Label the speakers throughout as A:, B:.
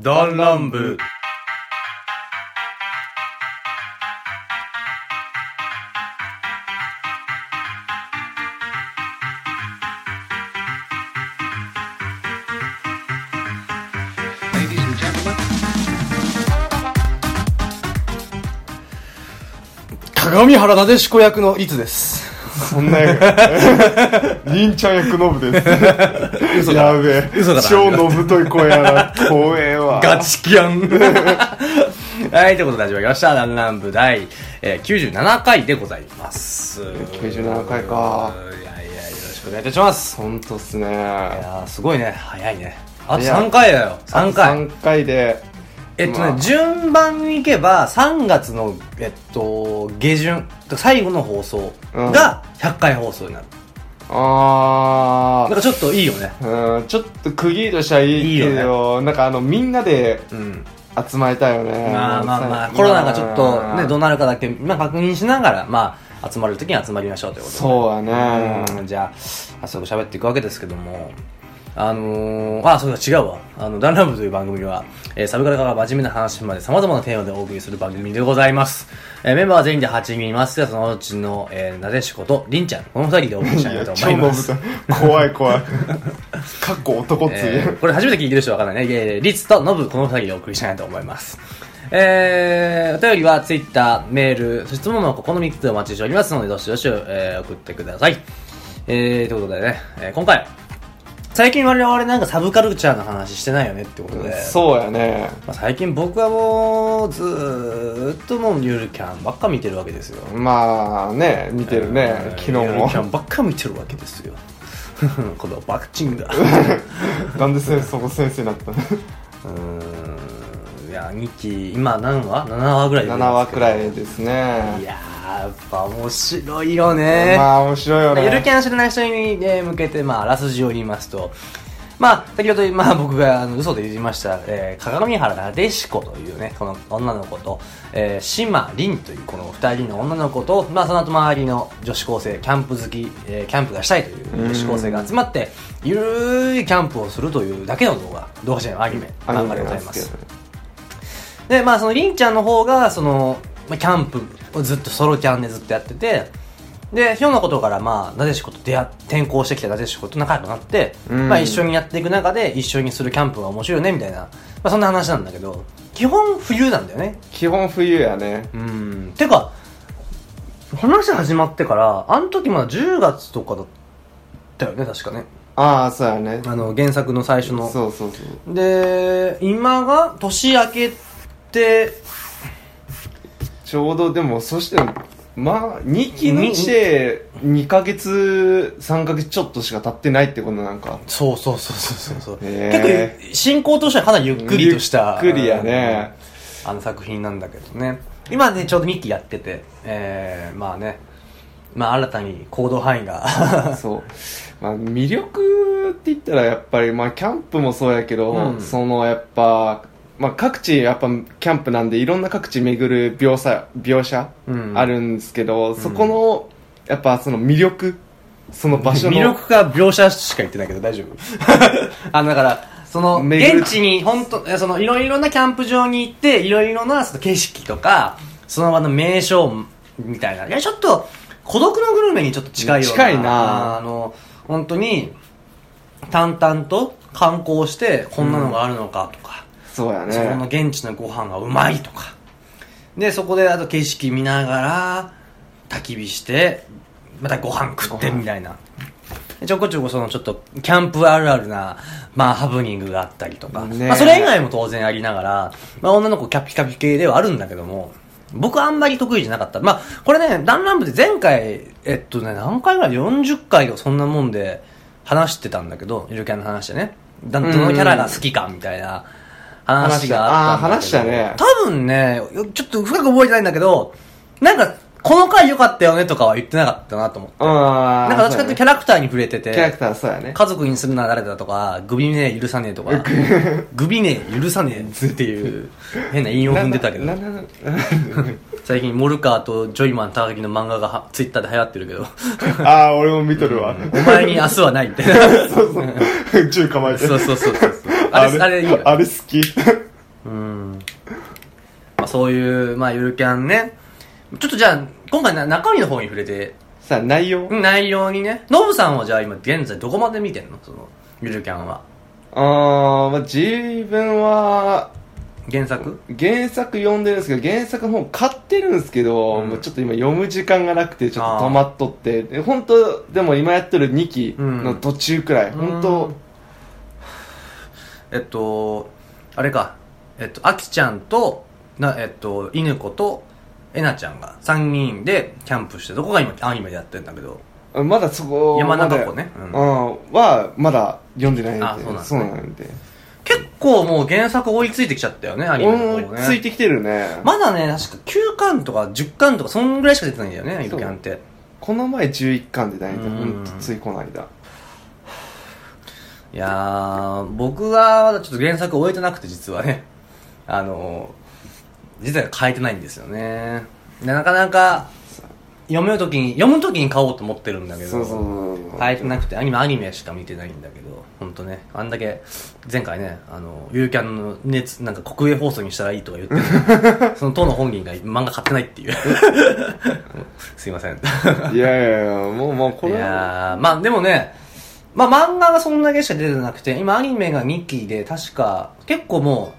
A: 団らん部
B: 鏡原なでしこ役のいつです
C: そ んな役。忍ちゃん役ノブです。やべえ。
A: 嘘だな
C: 超のぶとい声やな。怖えわ。
A: ガチキャン はい、ということで始まりました。ランラン部第、えー、97回でございます。
C: 97回か。
A: いやいや、よろしくお願いいたします。
C: ほんとっすね。
A: い
C: 3
A: やー、すごいね。早いね。あと
C: いや
A: 3回だよ。3回。
C: 回で、
A: えっと
C: ま
A: ね、
C: あ
A: 順番に行けば、3月の、えっと、下旬、最後の放送が100回放送になる。
C: あ
A: なんかちょっといいよね。
C: ー、うん、ちょっと区切りとしてはいい
A: いい
C: け
A: よ
C: ど、なんかあの、みんなで
A: うん。
C: 集まりたいよね。
A: まあまあまあ、
C: さ
A: コロナがちょっとね、どうなるかだけ、まあ確認しながら、まあ、集まるときに集まりましょうということで。
C: そうだね。
A: うんじゃあ、早速喋っていくわけですけども、あのー、あ、そうだ、違うわ。あの、ダンラブという番組は、えーサブカルから真面目な話まで様々なテーマでお送りする番組でございます。えーメンバーは全員で8人いますが、そのうちの、えー、なでしこと、りんちゃん、この2人でお送りし
C: い
A: たいなと思
C: や、超
A: い
C: の
A: ま
C: ぶ
A: す
C: と。い。怖い 怖い。かっこ男っつ
A: え
C: い
A: ー。これ初めて聞いてる人はわからないね。えーリツとノブ、この二人でお送りしたいなと思います。えー、お便りはツイッター、メール、質問のここの3つでお待ちしておりますので、どしどし、えー送ってください。えー、ということでね、えー今回、最近我々なんかサブカルチャーの話してないよねってことで、
C: そうやね。
A: まあ、最近僕はもう、ずーっともうゆるキャンばっか見てるわけですよ。
C: まあね、見てるね、
A: えー
C: 昨日
A: ゆるキャ
C: も。
A: ンばっか見てるわけですよ。 このバクチンだ。
C: なんで先生、そこ先生にな ったの
A: うーんいや2期今何話 ?7 話ぐらい
C: ?7 話くら
A: い
C: いです
A: い
C: ね。
A: やーやっぱ面白いよね、
C: まあ面白いよね。
A: ゆるキャン知らない人に、ね、向けて、まあ、あらすじを言いますとまあ、先ほど、まあ、僕があの嘘で言いました、えー、鏡原なでしこというね、この女の子と、えー、島凛というこの二人の女の子と、まあ、その後周りの女子高生、キャンプ好き、えー、キャンプがしたいという女子高生が集まって、ゆるいキャンプをするというだけの動画、動画じゃないアニメ、
C: アニ
A: 漫
C: メ
A: 画で
C: で
A: ご
C: ご
A: ざ
C: ざ
A: い
C: い
A: ま
C: ますす。
A: でまあそのりんちゃんの方がそのまあキャンプをずっとソロキャンでずっとやっててでひょんなことからまあなでしこと出会転校してきたなでしこと仲良くなって、
C: うん
A: まあ、一緒にやっていく中で一緒にするキャンプが面白いよねみたいな、まあ、そんな話なんだけど基本冬なんだよね
C: 基本冬やね。
A: うんてか話始まってからあの時まだ10月とかだったよね確かね
C: ああ、そうやね。
A: あの原作の最初の
C: そうそうそう。
A: で今が年明けて
C: ちょうどでも、そして、まあ、2期のうちで2ヶ月、3ヶ月ちょっとしか経ってないってことなんか。
A: そうそうそうそうそうそう、
C: へー
A: 結構進行としてはかなりゆっくりとした
C: ゆっくりやね。
A: うんあの作品なんだけどね今ねちょうどミッキーやっててえー、まあねまあ新たに行動範囲が
C: そう。まあ、魅力って言ったらやっぱり、まあ、キャンプもそうやけど、
A: うん
C: そのやっぱ、まあ、各地やっぱキャンプなんでいろんな各地巡る描写描写
A: うん
C: あるんですけど、そこのやっぱその魅力その場所の
A: 魅力か描写しか言ってないけど大丈夫 あのだからその
C: 巡る
A: 現地に本当えそのいろいろなキャンプ場に行っていろいろなその景色とかその場の名所みたいないやちょっと孤独のグルメにちょっと近いような
C: 近いな
A: あの本当に淡々と観光してこんなのがあるのかとか、
C: そうや
A: そこの
C: ね
A: 現地のご飯がうまいとかでそこであと景色見ながら焚き火してまたご飯食ってみたいなちょこちょこそのちょっとキャンプあるあるな、まあ、ハプニングがあったりとか、
C: ねえ
A: まあ、それ以外も当然ありながら、まあ、女の子キャピキャピ系ではあるんだけども僕あんまり得意じゃなかった。まあ、これね、ダンランブで前回、えっとね、何回ぐらい ?40 回とかそんなもんで話してたんだけど、ゆるキャンの話でね。だどのキャラが好きかみたいな話があったんだけど
C: 話したあー話したね
A: 多分ね、よちょっと深く覚えてないんだけど、なんか、この回良かったよねとかは言ってなかったなと思って。
C: うんな
A: なんかどっちかっていうとキャラクターに触れて
C: キャラク
A: て、
C: ターそうやね
A: 家族にするのは誰だとか、グビねえ許さねえ とか、グビねえ許さねえっていう変な引用踏んでたけど
C: な、ななな
A: 最近モルカーとジョイマン高木の漫画がはツイッターで流行ってるけ ど、
C: ああ俺も見と るわ、
A: お前に明日はないみたいな。
C: そうそう銃構えて
A: そうそうそうそう。あれ、あれいいよね。
C: あれ好き
A: うん。まあ、そういう、まあ、ゆるキャンね。ちょっとじゃあ、今回な中身の方に触れて、
C: さあ、内容
A: 内容にね。ノブさんはじゃあ今現在どこまで見てんのその、ゆるキャンは。
C: あー、まあ、自分は、
A: 原作
C: 原作読んでるんですけど、原作の本買ってるんですけど、
A: うん
C: もうちょっと今読む時間がなくて、ちょっと溜まっとって、で本当でも今やってる2期の途中くらい、
A: うん
C: 本当
A: えっと、あれか。えっと、あきちゃんと、な、えっと、犬子と、えなちゃんが3人でキャンプして、どこが今アニメでやってんだけど。
C: まだそこ、
A: 山中湖ね
C: まだ
A: うん
C: うんは、ままだ読んでないんで、
A: あそうなんです
C: そう
A: ね
C: なんで。
A: 結構もう原作追いついてきちゃったよね、アニメの方
C: うん
A: ね。
C: ついてきてるね。
A: まだね、確か9巻とか10巻とか、そんぐらいしか出てないんだよね、ゆるキャンって。
C: この前11巻で大体、
A: うん
C: ほんとついこの間。
A: いやー、僕はまだちょっと原作終えてなくて、実はね。あのー、実は変えてないんですよね。でなかなか、読むときに、読むときに買おうと思ってるんだけど、
C: そうそうそうそう。
A: 変えてなくて、アニメ、アニメしか見てないんだけど、ほんとね、あんだけ、前回ね、あの、ゆるキャンの熱、なんか国営放送にしたらいいとか言 って、その当の本人が漫画買ってないっていう。 すいません。
C: いやいやいや、もう、もうこ
A: い
C: れは、
A: やーまあでもね、まあ漫画がそんだけしか出てなくて、今アニメが2期で、確か、結構もう、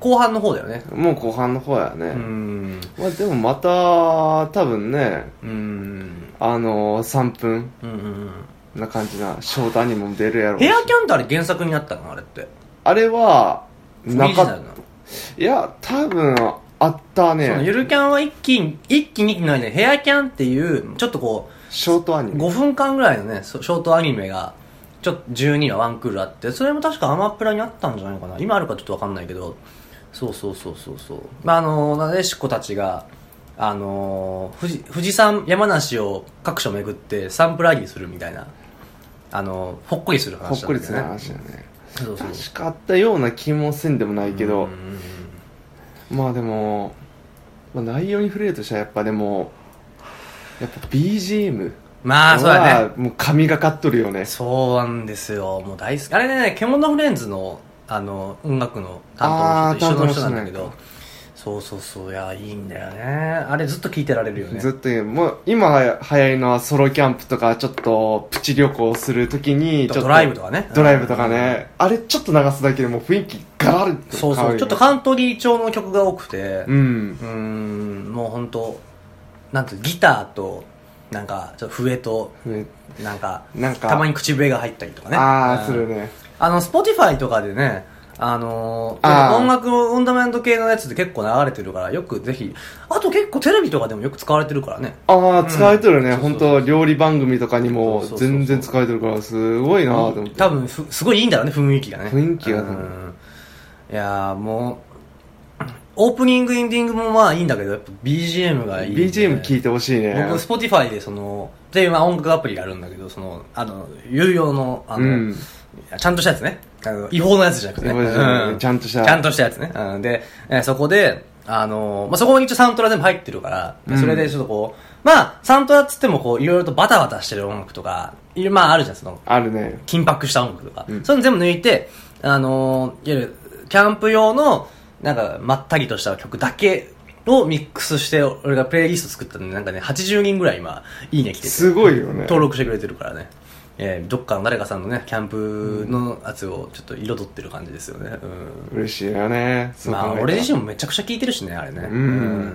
A: 後半の方だよね。
C: もう後半の方やね。
A: うーん。
C: まあでもまた、多分ね、
A: うーん。
C: あのー、3分
A: うんうんうん。
C: な感じな、ショートアニメも出るやろうし
A: ヘアキャンってあれ原作にあったのあれって。
C: あれは、
A: オリジナ
C: な
A: ルな
C: かっ
A: の。
C: いや、多分、あった
A: そのゆ
C: ね。
A: るキャンは一期、一期二期の間にヘアキャンっていう、ちょっとこ
C: ショートアニ
A: う、
C: メ。
A: 5分間ぐらいのね、そショートアニメが、ちょっと12話ワンクールあって、それも確かアマプラにあったんじゃないかな。今あるかちょっとわかんないけど、そうそうそうそうそう。まあ、あの、なでしこたちが、あの、富士、富士山、山梨を各所巡ってサンプラリーするみたいな、あの、ほっこりする
C: ほっ
A: 話な
C: こ
A: ん
C: り
A: ですす
C: る
A: ね。
C: 話だね。
A: そうそう。
C: 確かあったような気もせんでもないけど
A: う、ん
C: まあでも、まあ、内容に触れるとしたらやっぱでも、やっぱ BGM
A: まあ、そうだね。
C: はもう神がかっとるよね。
A: そうなんですよ。もう大好き。あれね、獣フレンズの、あの、音楽の担当の人と一緒の
C: あー
A: 人なんだけ
C: 担当の人な
A: ど
C: んか、
A: そうそうそう、いや、いいんだよね。あれずっと聴いてられるよね。
C: ずっと言うもう今流行りのはソロキャンプとかちょっとプチ旅行するときにちょっ
A: ドライブとかね。
C: ドライブとかね、あれちょっと流すだけでもう雰囲気ガラッ
A: うん。
C: と
A: そう
C: 変わ
A: そう。
C: る
A: ちょ
C: よ
A: っ
C: ね
A: とカントリー調の曲が多くて、
C: う
A: うんーん、もう本当なんていうのギターと、なんか、ちょっと笛と、
C: ね
A: なんか、
C: なんか
A: たまに口笛が入ったりとかね。
C: あ
A: う
C: あ
A: ん
C: するね
A: あの、Spotify とかでね、あの
C: あ
A: ー、
C: ー
A: 音楽のオンダメント系のやつで結構流れてるから、よくぜひ、あと結構テレビとかでもよく使われてるからね。
C: ああ使えてるね、
A: うん
C: 本当料理番組とかにも
A: そうそうそうそう
C: 全然使えてるからすごいなーと思って
A: 多分ふ、すごいいいんだろうね、雰囲気がね。
C: 雰囲気が
A: う
C: 多分
A: ん。いやーもう、オープニング、エンディングもまあいいんだけど、やっぱ BGM がいい、
C: BGM 聴い
A: て。
C: てほしいね
A: 僕、Spotify でその、で、まあ音楽アプリがあるんだけど、その、あの、有料の、あの、
C: うん
A: ちゃんとしたやつね。あの、違法のやつじゃなくてね。
C: 違法じゃなくて
A: う
C: ちゃんとした
A: ちゃんとしたやつね。うん、で、えーそこで、あのーまあ、そこに一応サントラ全部入ってるから、
C: うん
A: それでちょっとこう、まあ、サントラっつってもこう、いろいろとバタバタしてる音楽とか、いろまああるじゃん、その、
C: あるね
A: 緊迫した音楽とか。
C: うん
A: そういうの全部抜いて、あのーいわゆる、キャンプ用の、なんか、まったりとした曲だけをミックスして、俺がプレイリスト作ったんで、なんかね、80人ぐらい今、いいね来てて。
C: すごいよね
A: 登録してくれてるからね、えーどっかの誰かさんのねキャンプのやつをちょっと彩ってる感じですよね、うん
C: 嬉しいよねそう
A: ま
C: 考え
A: あ
C: たら
A: 俺自身もめちゃくちゃ聞いてるしねあれね
C: うん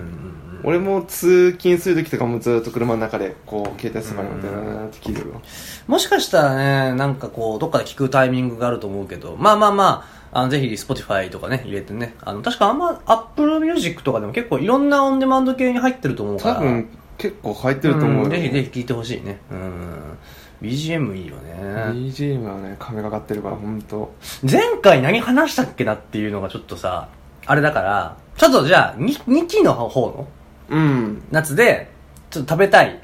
C: 俺も通勤する時とかもずっと車の中でこう携帯スマホでなーって聞いてるわ
A: もしかしたらねなんかこうどっかで聞くタイミングがあると思うけどまあまあまああのぜひ Spotify とかね入れてねあの確かあんま Apple Music とかでも結構いろんなオンデマンド系に入ってると思うから
C: 多分結構入ってると思うよ
A: んぜひぜひ聞いてほしいねうん BGM いいよね
C: BGM はね神がかってるから本当
A: 前回何話したっけなっていうのがちょっとさ、あれだから、ちょっとじゃあ、に2期の方の
C: うん
A: 夏で、ちょっと食べたい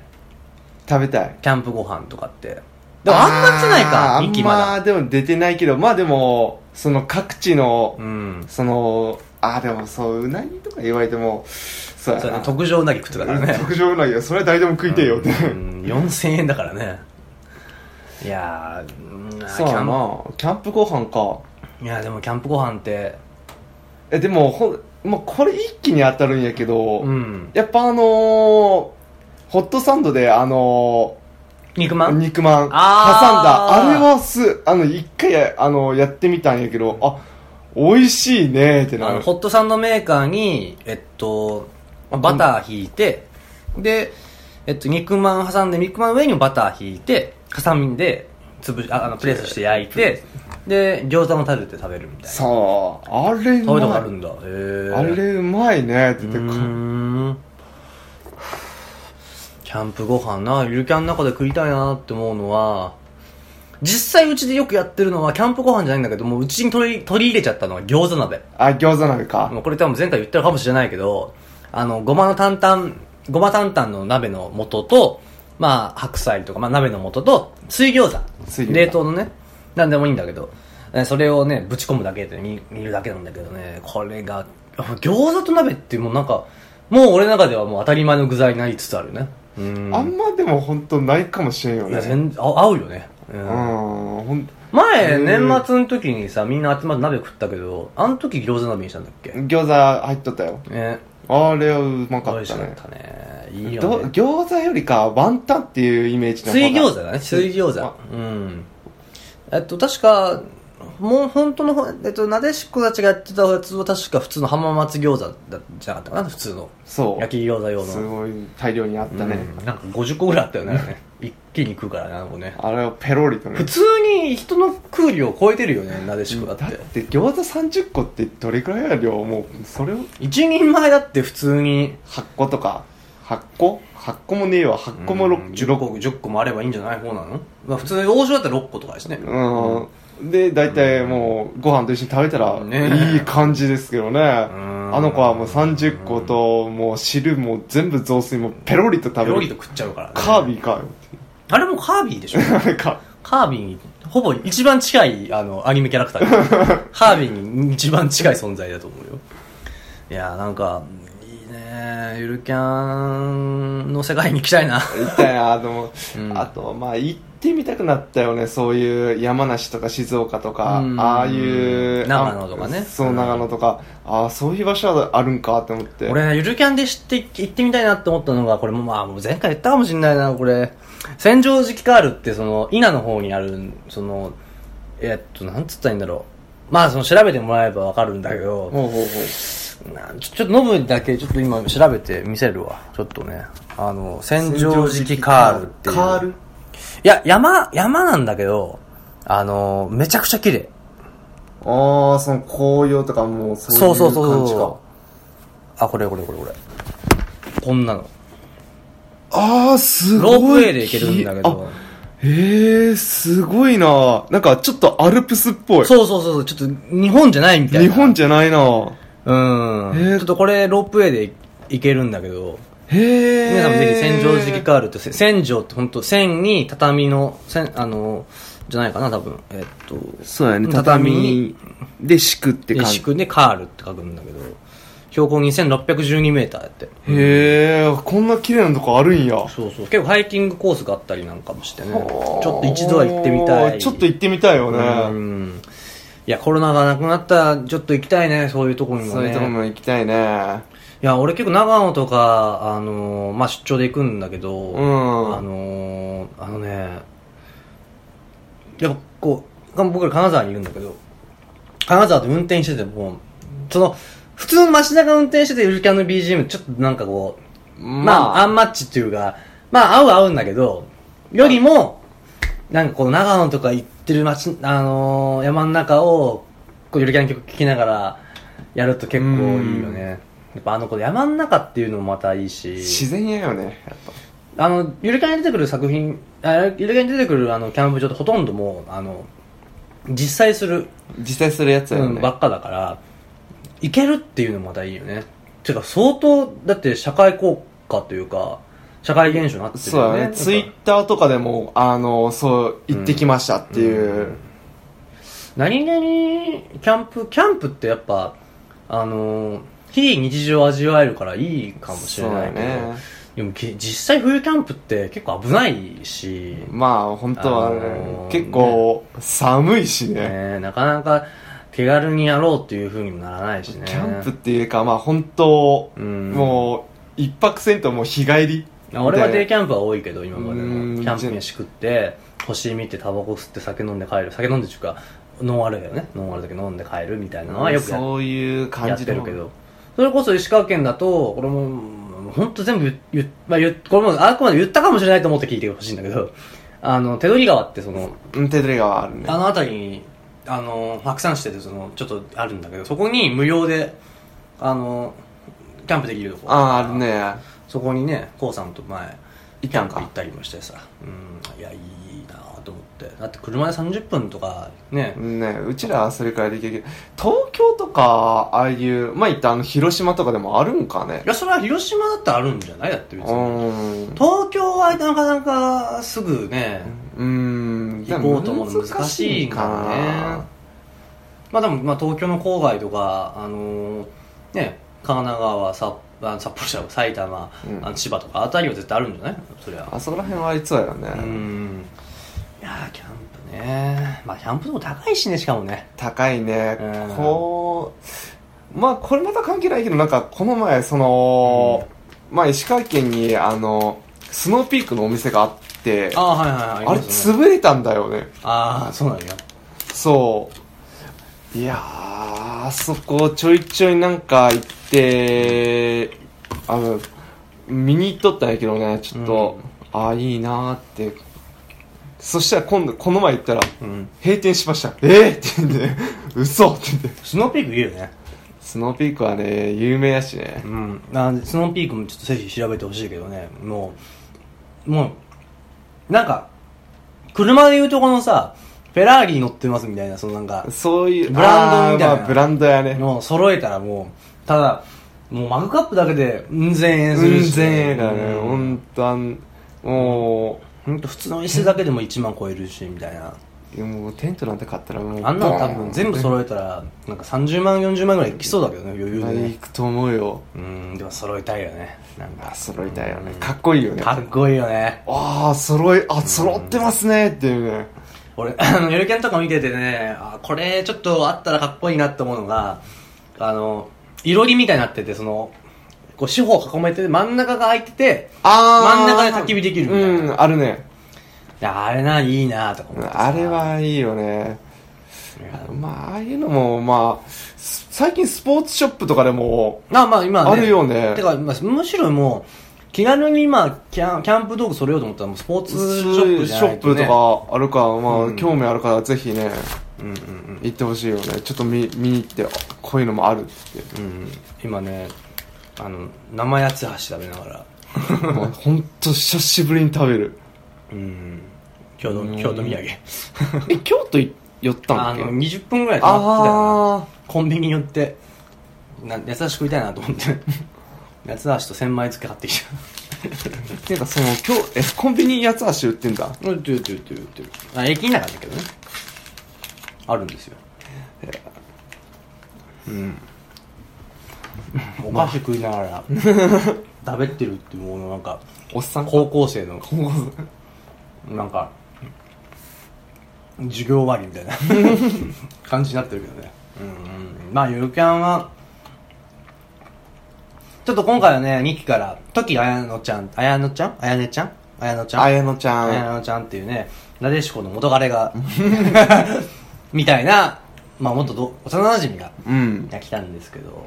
C: 食べたい
A: キャンプご飯とかって。でもあんま来てないか、
C: あー
A: 2期ま
C: あん
A: だ。
C: までも出てないけどまあでもその各地の
A: うん。
C: そのあーでもそううなぎとか言われてもそうや
A: そうだ
C: な
A: ね、特上うなぎ食ってたからね。
C: 特上うなぎはそれは誰でも食いてえよ って
A: うん、4000円だからね。いやー、うん、
C: そうやなキャンプご飯か
A: いやでもキャンプご飯って
C: えでもほん、まあ、これ一気に当たるんやけど、
A: うん。
C: やっぱあのー、ホットサンドであの
A: 肉ま
C: ー、
A: ん
C: 肉まん挟んだ
A: あー
C: あれはすあの一回やあのやってみたんやけどあ美味しいねーっ
A: あ
C: てな
A: の、
C: る
A: ホットサンドメーカーに、えっと、まあバターひいて、で、えっと、肉まん挟んで、肉まんの上にもバターひいて、ハサミで、潰し、ああの、プレスして焼いて、で、餃子も食べて食べるみたいな。
C: そうあれう
A: 食べたこと
C: ま
A: あ
C: い
A: るんだ。へー
C: あれうまいねって
A: う
C: 言ってか
A: ーんキャンプご飯なゆるキャンの中で食いたいなって思うのは実際うちでよくやってるのはキャンプご飯じゃないんだけどもううちに取り取り入れちゃったのは餃子鍋
C: あ餃子鍋か
A: もうこれ多分前回言ってるかもしれないけどあのごまの担々ごま担々の鍋の素とまあ白菜とか、まあ、鍋の素と水餃
C: 水餃
A: 子
C: 子
A: 冷凍のねなんでもいいんだけどえそれをねぶち込むだけで煮煮るだけなんだけどねこれがあ餃子と鍋ってもうなんかもう俺の中ではもう当たり前の具材になりつつあるねうん
C: あんまでも本当ないかもしれんよ
A: いや
C: ね
A: 全然あ合うよねうん
C: うんほん
A: 前
C: うん
A: 年末の時にさみんな集まって鍋食ったけどあの時餃子鍋にしたんだっけ
C: 餃子入っとったよ
A: ね
C: あれはうま
A: 美
C: かっ
A: 味したかっ
C: ね
A: たねいい
C: ど
A: よね
C: 餃子よりかワンタンっていうイメージの方
A: 水
C: が
A: 餃子だね水餃
C: あ
A: 子うんえっと確かもう本当のほえっとなでしこたちがやってたやつは確か普通の浜松餃子だじゃなかったかな普通の
C: そう
A: 焼き餃子用の
C: すごい大量にあったね、
A: うんなんか50個ぐらいあったよねあれね 一気に食うからねあの子ね
C: あれをペロリとね
A: 普通に人の食う量を超えてるよねなでしこだっ
C: だってて餃子30個ってどれくらいの量もうそれを
A: 一人前だって普通に
C: 8個とか8個8個もねえわ8個も
A: うん
C: 6
A: 10
C: 16
A: 個
C: 個
A: 10個もあればいいんじゃない方なのまあ普通に王将だったら6個とかですね
C: うんで大体もうご飯と一緒に食べたら
A: ねえ
C: いい感じですけどね
A: ん
C: あの子はもう30個ともう汁も全部雑炊もペロリと
A: ペ
C: 食
A: ロ
C: べ
A: リと
C: る
A: 食っちゃうからね
C: カービィかよ っ
A: あれもカービィでしょ
C: てなんか
A: カービィに、ほぼ一番近い、あの、アニメキャラクター。カービィに一番近い存在だと思うよ。いやーなんか、いいねーゆるキャンの世界に行きたいな。
C: みたいなでも、
A: うん
C: あとまあ行ってみたくなったよねそういう山梨とか静岡とか、
A: うん
C: ああいう
A: 長野とかね
C: あそう長野とか、ああそういう場所はあるんかって思って
A: 俺ね、ゆるキャンで知って、行ってみたいなって思ったのが、これもまあ、もう前回言ったかもしんないな、これ。戦場時期カールって、その、稲の方にある、その、えっと、なんつったらいいんだろう。まあ、その、調べてもらえばわかるんだけど、
C: ほうほうほう
A: なちょちょっとノブだけちょっと今調べて見せるわちょっとねあの千畳敷カールっていう
C: カール
A: いや山山なんだけどあのめちゃくちゃ綺麗
C: ああその紅葉とかもうそういう
A: そう
C: 感じか
A: そうそうそうあこれこれこれこれこんなの
C: ああすごい
A: ロープウェイで行けるんだけど
C: あへえすごいななんかちょっとアルプスっぽい
A: そうそうそうそうちょっと日本じゃないみたいな
C: 日本じゃないな
A: うん、
C: へー
A: ちょっとこれロープウェイで行けるんだけど
C: へえ
A: 皆さんもぜひ千畳敷カールってせ千畳って本当千に畳の千あのじゃないかな多分えっと
C: そうやね
A: 畳に
C: 畳で敷くって感じ
A: 石区でカールって書くんだけど標高2612メーターやって
C: へえこんな綺麗なとこあるんや
A: そうそう結構ハイキングコースがあったりなんかもしてねちょっと一度は行ってみたい
C: ちょっと行ってみたいよ
A: う
C: ね
A: んいやコロナがなくなったらちょっと行きたいねそういうとこにもね
C: そういうとこも行きたいね
A: いや俺結構長野とか、あのーまあ、出張で行くんだけど、
C: ん
A: あのーあのねやっぱこうか僕ら金沢にいるんだけど金沢で運転しててもその普通の街中運転しててゆるキャンの BGM ちょっとなんかこうまあ、アンマッチっていうかまあ合う合うんだけどよりもなんかこう長野とか行ってる街、あのー山の中をこうゆるキャン曲聴きながらやると結構いいよねやっぱあのこの山の中っていうのもまたいいし
C: 自然やよねやっぱ
A: あの、ゆるキャンに出てくる作品、あゆるキャンに出てくるあのキャンプ場ってほとんどもう、あの、実際する、
C: 実際するやつや
A: う
C: よ
A: ん、
C: ね
A: ばっかだから、行けるっていうのもまたいいよね。てか、相当、だって社会効果というか、社会現象になってる
C: そう
A: よね。
C: や
A: なん
C: ね
A: か
C: ツイッターとかでもあのそう行ってきましたっていう
A: 何々、キャンプ、キャンプってやっぱ、あのー、非日常を味わえるからいいかもしれないけど、
C: そうだね
A: でもき実際冬キャンプって結構危ないし、
C: まあ本当は
A: あのー
C: ね結構寒いしね
A: ねえなかなか手軽にやろうっていうふうにもならないしね
C: キャンプっていうか、まあ本当、
A: うん
C: もう、一泊せんともう日帰り。
A: あ俺はデイ
C: で、
A: キャンプは多いけど今まで
C: う
A: の
C: ん
A: キャンプ飯食って星見てタバコ吸って酒飲んで帰る酒飲んでっていうかノンアルだよねノンアルだけど飲んで帰るみたいなのはよくやっ
C: そういう
A: や
C: 感
A: っ
C: じ
A: て
C: で
A: るけどそれこそ石川県だと俺も本当全部言っ、まあ、言っこれもあくまで言ったかもしれないと思って聞いてほしいんだけどあの手取川ってその
C: うん、手取り川あるね。
A: あの辺りに、あの、白山市ってその、ちょっとあるんだけど、そこに無料で、あの、キャンプできるとこ。
C: ああ、ある。ね。
A: そこにね、こうさんと前、
C: 行ったん
A: 行
C: か
A: っ。たりもしてさ、うん、いや、いいなと思って。だって車で30分とか、ね、
C: ね、うちらはそれからいできるけど、東京とか、ああいう、まあ、言ったあの、広島とかでもあるんかね
A: い。や、それは広島だってあるんじゃないだって
C: う
A: 別に。
C: ーん。
A: 東京はなかなかすぐね、
C: うーん。
A: 行こうと思うの難しいからね。まあでも、まあ、東京の郊外とか、あのーね、神奈川、札あ札幌じゃない埼玉、
C: うん
A: あの千葉とかあたりは絶対あるんじゃないそりゃ。
C: あそこら辺はあいつだよね、
A: うん。いやー、キャンプね。まあ、キャンプでも高いしね、しかもね。
C: 高いね、
A: うん
C: こうまあこれまた関係ないけどなんかこの前その、まあ石川県にあのスノーピークのお店があって
A: ああ、はいはいはい。
C: あれ
A: りますね
C: 潰れたんだよね
A: ああ、そうなんや。
C: そういやーあそこちょいちょいなんか行ってあの見に行っとったんやけどねちょっと、ああいいなーってそしたら今度この前行ったら
A: うん。
C: 閉店しました。ええって言って、嘘って言って。
A: スノーピークいいよね。
C: スノーピークはね、有名やしね
A: う。ん。なんでスノーピークもちょっとぜひ調べてほしいけどね。もう、もう、なんか、車で言うとこのさ、フェラーリ乗ってますみたいな、そのなんか、
C: そういう、
A: ブランドみたいな
C: あーまあブランドやね。
A: の揃えたらもうただもうマグカップだけでうん千円す
C: うん
A: るし
C: 全円だね。
A: うん
C: ほんとあん、も
A: ほんと普通の椅子だけでも1万超えるしみたいな
C: う、いやもうテントなんて買ったらもう、
A: あんなの多
C: ボーン
A: 分全部揃えたらなんか30万40万ぐらいいきそうだけどね余裕で
C: 行
A: ね
C: くと思うよ。
A: うんでも揃えたいよねなん
C: あ、
A: か
C: 揃いたいよね。かっこいいよね。
A: かっこいいよね
C: ああ、揃い、あ、揃ってますねっていうね。
A: 俺あのゆるキャンとか見ててねあこれちょっとあったらかっこいいなって思うのがあのいろりみたいになっててそのこう四方囲めて真ん中が空いてて
C: ああ。
A: 真ん中で焚き火できるみたいな
C: うん、あるね。
A: いやあれないいなとか思ってさ
C: あれはいいよね。
A: いや
C: まあ、ああいうのも、まあ、す最近スポーツショップとかでも、
A: あまあ今、ね、
C: あるよね
A: てか、まあ、むしろもう気軽に今キャンキャンプ道具それようと思ったらもうスポーツ
C: シ
A: ショップじゃない
C: ョップ
A: ね、
C: とかあるか、まあ、
A: うん
C: 興味あるからぜひね、
A: うんうんうん
C: 行ってほしいよね。ちょっと見、見に行って、あこういうのも あるっつっ
A: うん今ねあの生八つ橋食べながら
C: て。もうほんと久しぶりに食べる。
A: うん京都
C: うん
A: 京都土産
C: え、京都い寄った
A: あ
C: んだっ
A: の
C: け
A: 20分ぐらいで待ってたよな
C: あ
A: コンビニに寄ってなん八つ橋食いたいなと 思って八つ橋と千枚漬け買ってきた
C: ー。っていうか、その、今日、え、コンビニ八つ橋売ってんだ。
A: うん、ってるってるってるってる。あ、駅の中だけどね。あるんですよ。 うん。お菓子食いながら、食べてるってもうなんか、
C: おっさん
A: 高校生の、
C: 高校
A: なんか、授業終わりみたいな 感じになってるけどね。うん、うん。まあ、ゆるキャンは、ちょっと今回はね、2期から、時綾乃ちゃん、綾乃ちゃん綾音ちゃん綾乃ちゃん
C: 綾乃ちゃん。
A: 綾乃ちゃんっていうね、なでしこの元彼 が、みたいな、まあ元ど幼馴染が
C: うん。
A: 来たんですけど、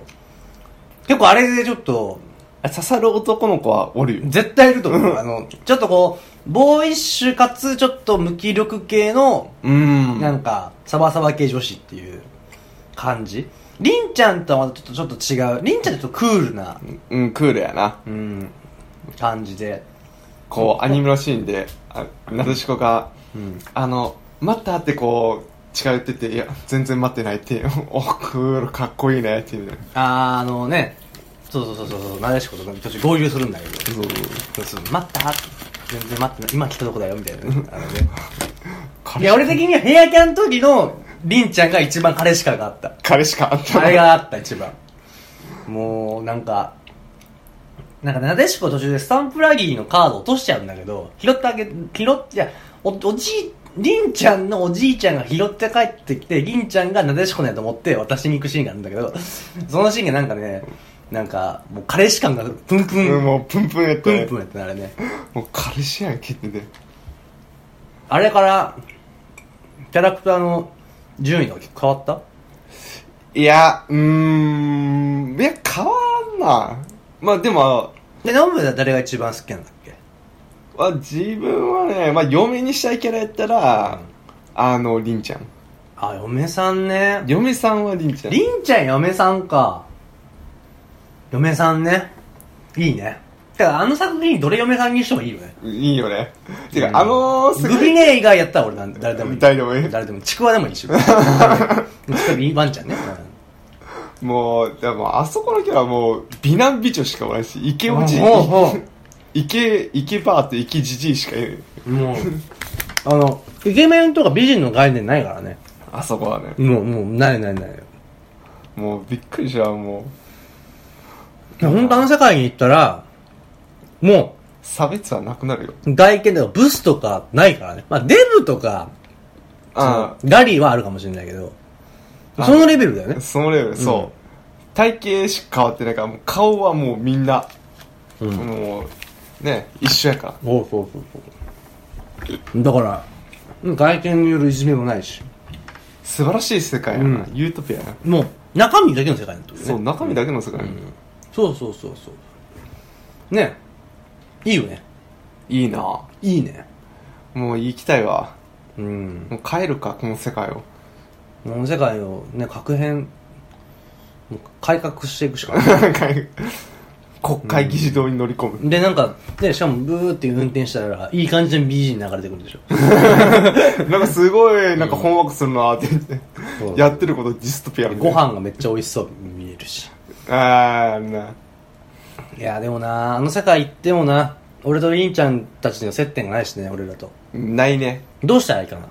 A: 結構あれでちょっと、
C: あ刺さる男の子はおるよ。
A: 絶対いると思う。あの、ちょっとこう、ボーイッシュかつちょっと無気力系の、
C: うん。
A: なんか、サバサバ系女子っていう感じ。りんちゃんとはまたちょっとちょっと違う。りんちゃんってちょっとクールな、
C: うん、クールやな。
A: うん、感じで。
C: こう、アニメのシーンで、あなでしこが、
A: うん。
C: あの、待ったってこう、近寄ってって、いや、全然待ってないって、 お、クール、かっこいいねっていうね。
A: あーあのね、そうそうそうそうそう、なでしこと途中合流するんだけど。
C: そう
A: そう待った全然待ってない今来たとこだよみたいな ねあのねい
C: 彼
A: や俺的にはヘアキャンの時のりんちゃんが一番彼氏感があった
C: 彼しかあった
A: あれがあった一番もうなんかなんかなでしこ途中でスタンプラリーのカード落としちゃうんだけど拾ってあげ拾っていやおおじい凛ちゃんのおじいちゃんが拾って帰ってきて、凛ちゃんがなでしこねと思って渡しに行くシーンがあるんだけど、そのシーンがなんかね、なんか、もう彼氏感がプンプ
C: うん
A: ン、
C: もうプンプンやった
A: プン
C: ね
A: プンやってなるね。
C: もう彼氏やんけってね
A: あれから、キャラクターの順位が変わった
C: いやうーんいや変わらんなまあでも
A: で、ノブでは誰が一番好きなんだっけ
C: あ自分はね、まあ、嫁にしたいキャラやったら、あの凛ちゃん
A: あ、嫁さんね。
C: 嫁さんは凛ちゃん
A: りんちゃん嫁さんか。嫁さんね。いいね。だからあの作品どれ嫁さんにしてもいいよね。
C: いいよねてか、
A: うん
C: あのー、す
A: グ
C: ご
A: ビ
C: い
A: ネ以外やったら俺なん誰でもいい。
C: 誰でもいい
A: 誰でもちくわでもいいし。ちくわいいワンちゃんね。
C: もうでもあそこのキャラはもう美男美女しかおらんしイケおじ
A: うんうんうん
C: イケイケバーとイケじじいしかいない
A: もう、あの、イケメンとか美人の概念ないからね。
C: あそこはね
A: もう、もう、ないないない。
C: もうびっくりしたもう
A: 本当あの世界に行ったら、も
C: 差別はなくなるよ
A: う、外見ではブスとかないからね。まあ、デブとか、
C: あ
A: ガリはあるかもしれないけど、
C: あ
A: そのレベルだよね
C: あ。そのレベル、そう体型しか変わってないからもう顔はもうみんな、
A: うん
C: もうね一緒やから
A: そうそうそうそうだからうん外見によるいじめもないし
C: 素晴らしい世界やな、
A: うん
C: ユートピアやな、
A: もう中身だけの世界だと
C: そう中身だけの世界、
A: そうそうそうそうねいいよね
C: いいない
A: いね
C: もう行きたいわ
A: うん
C: もう帰るかこの世界を
A: この世界をね核変もう改革していくしかない
C: なんか国会議事堂に乗り込む、
A: でなんかでしかもブーって運転したらいい感じの BG に流れてくるでしょ
C: なんかすごいなんか困惑するなって言って、
A: そう
C: やってることディストピアみたい
A: ご
C: な
A: 飯がめっちゃ美味しそうに見えるし
C: ああない
A: やでもなあの世界行ってもな俺とりんちゃんたちの接点がないしね俺らと
C: ないね
A: どうしたらいいかな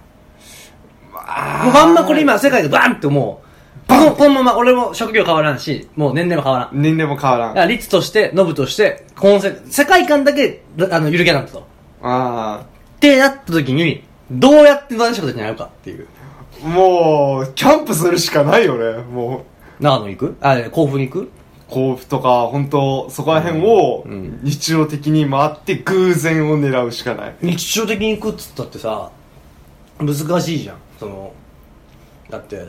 A: もうまんまこれ今世界がバンってもうこのこのまま俺も職業変わらんしもう年齢も変わらんだ
C: 年齢も変わらん
A: か
C: あ
A: ら律としてノブとしてこの世世界観だけあのゆるキャラなんだとっ
C: あ
A: てなった時にどうやって正しいことになるかっていう
C: ーもうキャンプするしかないよねもう
A: 長野行くあ甲府に行く
C: 甲府とか本当そこら辺を
A: うん
C: 日常的に回って偶然を狙うしかない
A: 日常的に行くっつったってさ難しいじゃんそのだって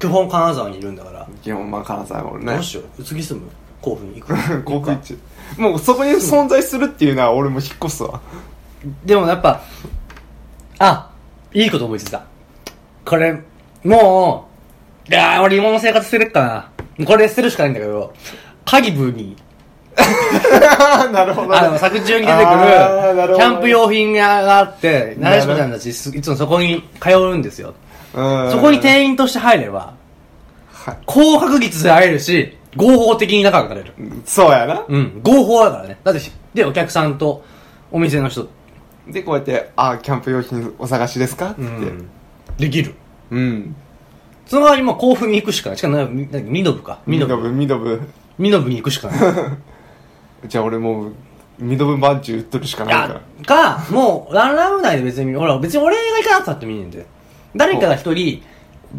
A: 基本金沢にいるんだから
C: 基本まあ金沢俺
A: ど
C: ね
A: うしよう次住む甲府に行 く
C: 甲府一もうそこに存在するっていうのは俺も引っ越すわ
A: でもやっぱあいいこと思いついたこれもういやー俺今の生活捨てるかなこれ捨てるしかないんだけどカギブに
C: なるほどね
A: あの作中に出てくる
C: あーなるほど
A: キャンプ用品屋があって
C: な
A: 七
C: るほど
A: 子ちゃんたちすいつもそこに通うんですよ
C: うん
A: そこに店員として入れば
C: はい
A: 高確率で会えるし合法的に仲が取れる
C: そうやな
A: うん合法だからねだってでお客さんとお店の人
C: でこうやって「あーキャンプ用品お探しですか?」ってうん、
A: できるその代わりもう甲府に行くしかないしかもなみミノブかミ
C: ミ
A: ノ
C: ド
A: ブ
C: ブミドブ
A: ミノブに行くしか ないい
C: じゃあ俺もうミドブまんじゅう売っとるしかないから
A: やかもうランラム内で別にほら別に俺が行かなくたってもいいねんで誰かが一人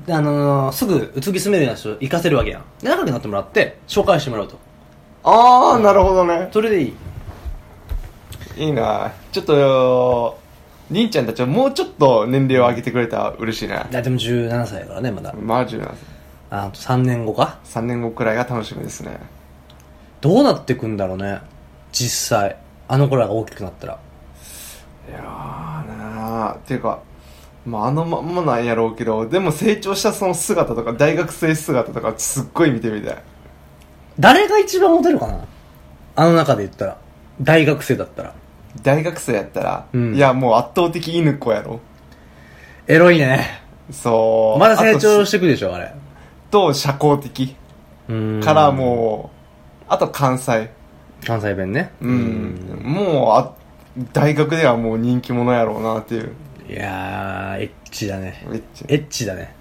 A: あのー、すぐ移り住めるような人行かせるわけやんで仲良くなってもらって紹介してもらうと
C: ああなるほどね
A: それでいい
C: いいなちょっと凛ちゃんたちはもうちょっと年齢を上げてくれたら嬉しいない
A: やでも17歳だからねまだ
C: マジな
A: あと3年後か
C: 3年後くらいが楽しみですね
A: どうなってくんだろうね実際あの子らが大きくなったら
C: いやーなあっていうかまああのまんまなんやろうけどでも成長したその姿とか大学生姿とかすっごい見てみたい
A: 誰が一番モテるかなあの中で言ったら大学生だったら
C: 大学生やったら、
A: うん
C: いやもう圧倒的犬子やろ
A: エロいね
C: そう
A: まだ成長
C: あ
A: していくでしょあれ
C: としと社交的からもうあと関西
A: う関西弁ね
C: うん、もうあ大学ではもう人気者やろうなっていう
A: いやーエッチだね
C: めっちゃ
A: エッチだね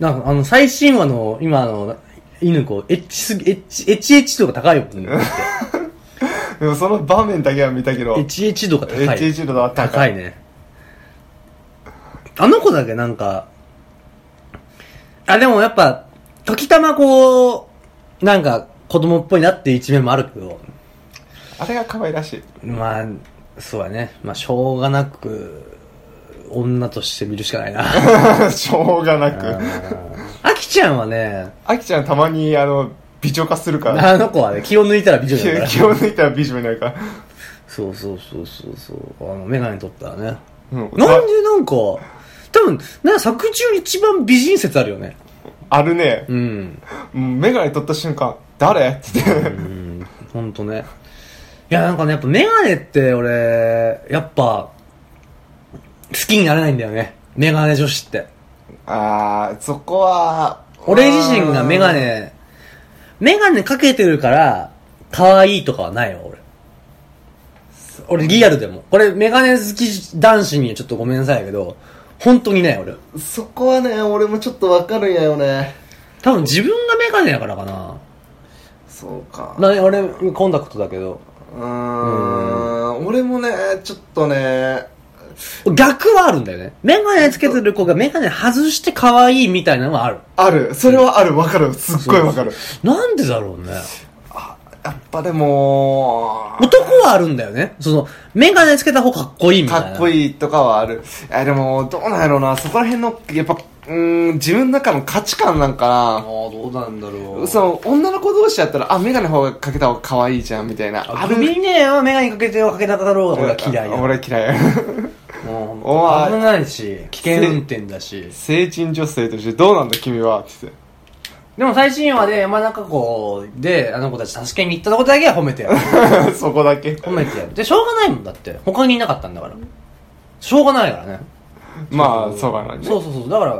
A: なんかあの最新話の今の犬子エッチすぎエッチエッチエッチ度が高いよね
C: でもその場面だけは見たけど
A: エッチエッチ度が高い
C: HH のは高い
A: 高いねあの子だけなんか、あ、でもやっぱ、時たまこう、なんか子供っぽいなっていう一面もあるけど、
C: あれが可愛らしい。
A: まあ、そうだね。まあ、しょうがなく、女として見るしかない な。
C: しょうがなく。
A: あきちゃんはね、
C: あきちゃんたまに、あの、美女化するから。
A: あの子はね、気を抜いたら美女
C: 気
A: だから。
C: 気を抜いたら美女になるから。
A: そうそうそうそうそう。あの、メガネ取ったらね。
C: うん
A: なんでなんか、多分、な、作中一番美人説あるよね。
C: あるね。
A: うん。
C: うんメガネ取った瞬間、誰って言っ
A: う
C: て。
A: ん、ほんとね。いや、なんかね、やっぱメガネって俺、やっぱ、好きになれないんだよね。メガネ女子って。
C: あー、そこは、
A: 俺自身がメガ
C: うん。
A: ネ、メガネかけてるから、可愛いとかはないよ、俺。俺リアルでも。これメガネ好き男子にはちょっとごめんなさいけど、本当にない、俺。
C: そこはね、俺もちょっとわかるんやよね。
A: 多分自分がメガネだからかな。
C: そうか。
A: な俺、コンタクトだけど。
C: うーん、俺もね、ちょっとね、
A: 逆はあるんだよね。メガネつけてる子がメガネ外して可愛いみたいなのはある。
C: ある。それはある。わかる。すっごいわかる。
A: なんでだろうね。
C: やっぱでも、
A: 男はあるんだよね。その、メガネつけた方かっこいいみた
C: か
A: いな。
C: っこいいとかはある。え、でも、どうなんやろうな。そこら辺の、やっぱ、うーん、自分の中の価値観なんか
A: あ
C: な。
A: ーどうなんだろう。
C: そう、女の子同士やったら、あ、メガネ方がかけた方が可愛いじゃん、みたいな。
A: ある。ミネはメガネかけてようかけなかったろうが俺は嫌いだ。
C: 俺嫌い。
A: もう
C: おわ
A: 危ないし、危険運転だし。
C: 成人女性としてどうなんだ君はって言って
A: でも最新話で山中湖であの子たち助けに行ったとこだけは褒めて やる。
C: そこだけ
A: 褒めてやる。で、しょうがないもんだって。他にいなかったんだから。しょうがないから ね。
C: まあそうかなね
A: そうそうそう。だから、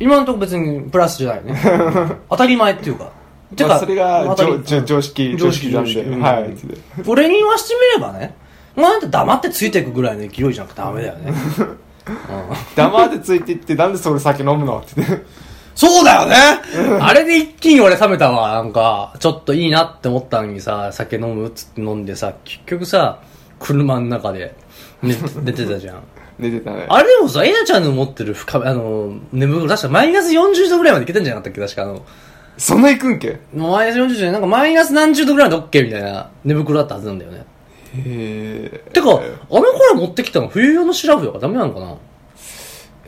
A: 今のとこ別にプラスじゃない ね。当たり前っていうか。て
C: ま
A: か、
C: あそれが
A: 当たり
C: 常常常識
A: 常識
C: なんで
A: 常識うん
C: はいつって
A: 俺に言わしてみればね、もうあんた黙ってついていくぐらいの勢いじゃなくてダメだよ ね。うん
C: 黙ってついていってなんでそれ酒飲むのって言って
A: そうだよねあれで一気に俺冷めたわ、なんか。ちょっといいなって思ったのにさ、酒飲むっつって飲んでさ、結局さ、車の中で寝て寝てたじゃ ん。
C: 寝てたね
A: あれでもさ、エナちゃんの持ってる深め、あの、眠袋、確かマイナス40度ぐらいまでいけたんじゃなかったっけ確かあの、
C: そんな行くんけへ
A: もうマイナス40度じゃないなんかマイナス何十度ぐらいで OK みたいな寝袋だったはずなんだよね。
C: え
A: てか、あの頃持ってきたの冬用のシラフとかダメなのかな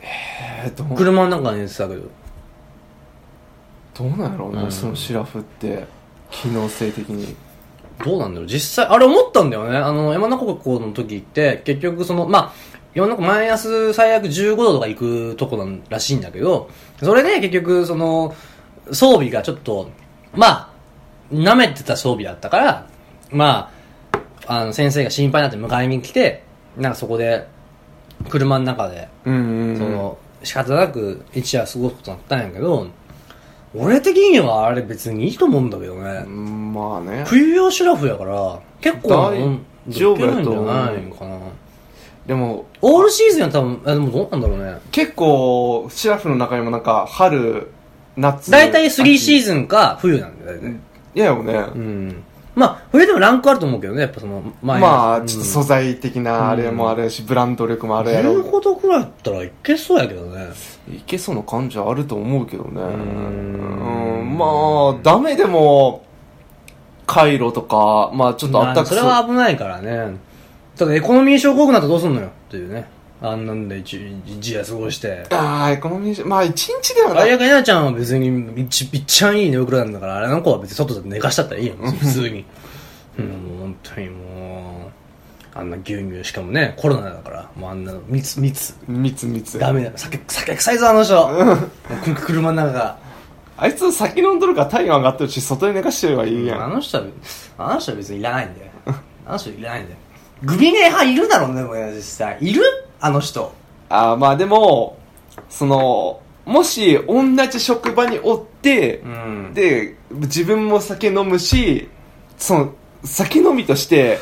C: えどう
A: 車の中で寝てたけど。
C: どうなんやろうなそのシラフって機能性的に
A: どうなんだろう実際、あれ思ったんだよね。あの、山中湖の時って、結局その、まあ、山中湖マイナス最悪15度とか行くとこなんらしいんだけど、それで結局その、装備がちょっと、まあ、舐めてた装備だったから、まあ、あの、先生が心配になって迎えに来て、なんかそこで、車の中で、
C: うんうん
A: その、仕方なく一夜過ごすことになったんやけど、俺的にはあれ別にいいと思うんだけどね。
C: うんまあね
A: 冬用シュラフやから結構
C: 大
A: うん
C: 丈夫
A: いけ
C: や
A: るん
C: と
A: じゃ
C: 思う
A: ないのかな
C: でも
A: オールシーズンは多分あでもどうなんだろうね
C: 結構シラフの中にもなんか春夏
A: 大体3シー
C: ズ
A: ズンか冬なんだよ
C: ン
A: ね
C: いやよね
A: うんまあ冬でもランクあると思うけどねやっぱその前
C: まあ、ちょっと
A: そ
C: 素材的なあれもあるし、ブランド力もあるやろ。
A: 15度くらいだったらいけそうやけどね
C: いけそうな感じはあると思うけどね。うんん、まあ、ダメでも、カイロとか、まあちょっとあった
A: ま
C: か
A: あそれは危ないからねただエコノミー症候群になったらどうすんのよっていうねあんなんで一日夜過ごして
C: ああ、エコノミーションまあ一日では
A: あ
C: ないい。
A: やかなちゃんは別にいっちいっちゃんいい寝袋なんだからあれの子は別に外で寝かしたったらいいよ普通にうんもう本当にもうあんな牛乳しかもねコロナだからもうあんな密密
C: 密密。
A: ダメだ酒酒臭いぞあの人く車の中が
C: あいつ酒飲んどるから体温上がってるし、外で寝かしてればいいや
A: あ
C: ん。
A: の人はあの人は別にいらないんだよあの人いらないんだよグビネ派いるだろうねもう実際いるあの人
C: あーまあでも、その、もし同じ職場におって、
A: ん
C: で自分も酒飲むしその酒飲みとして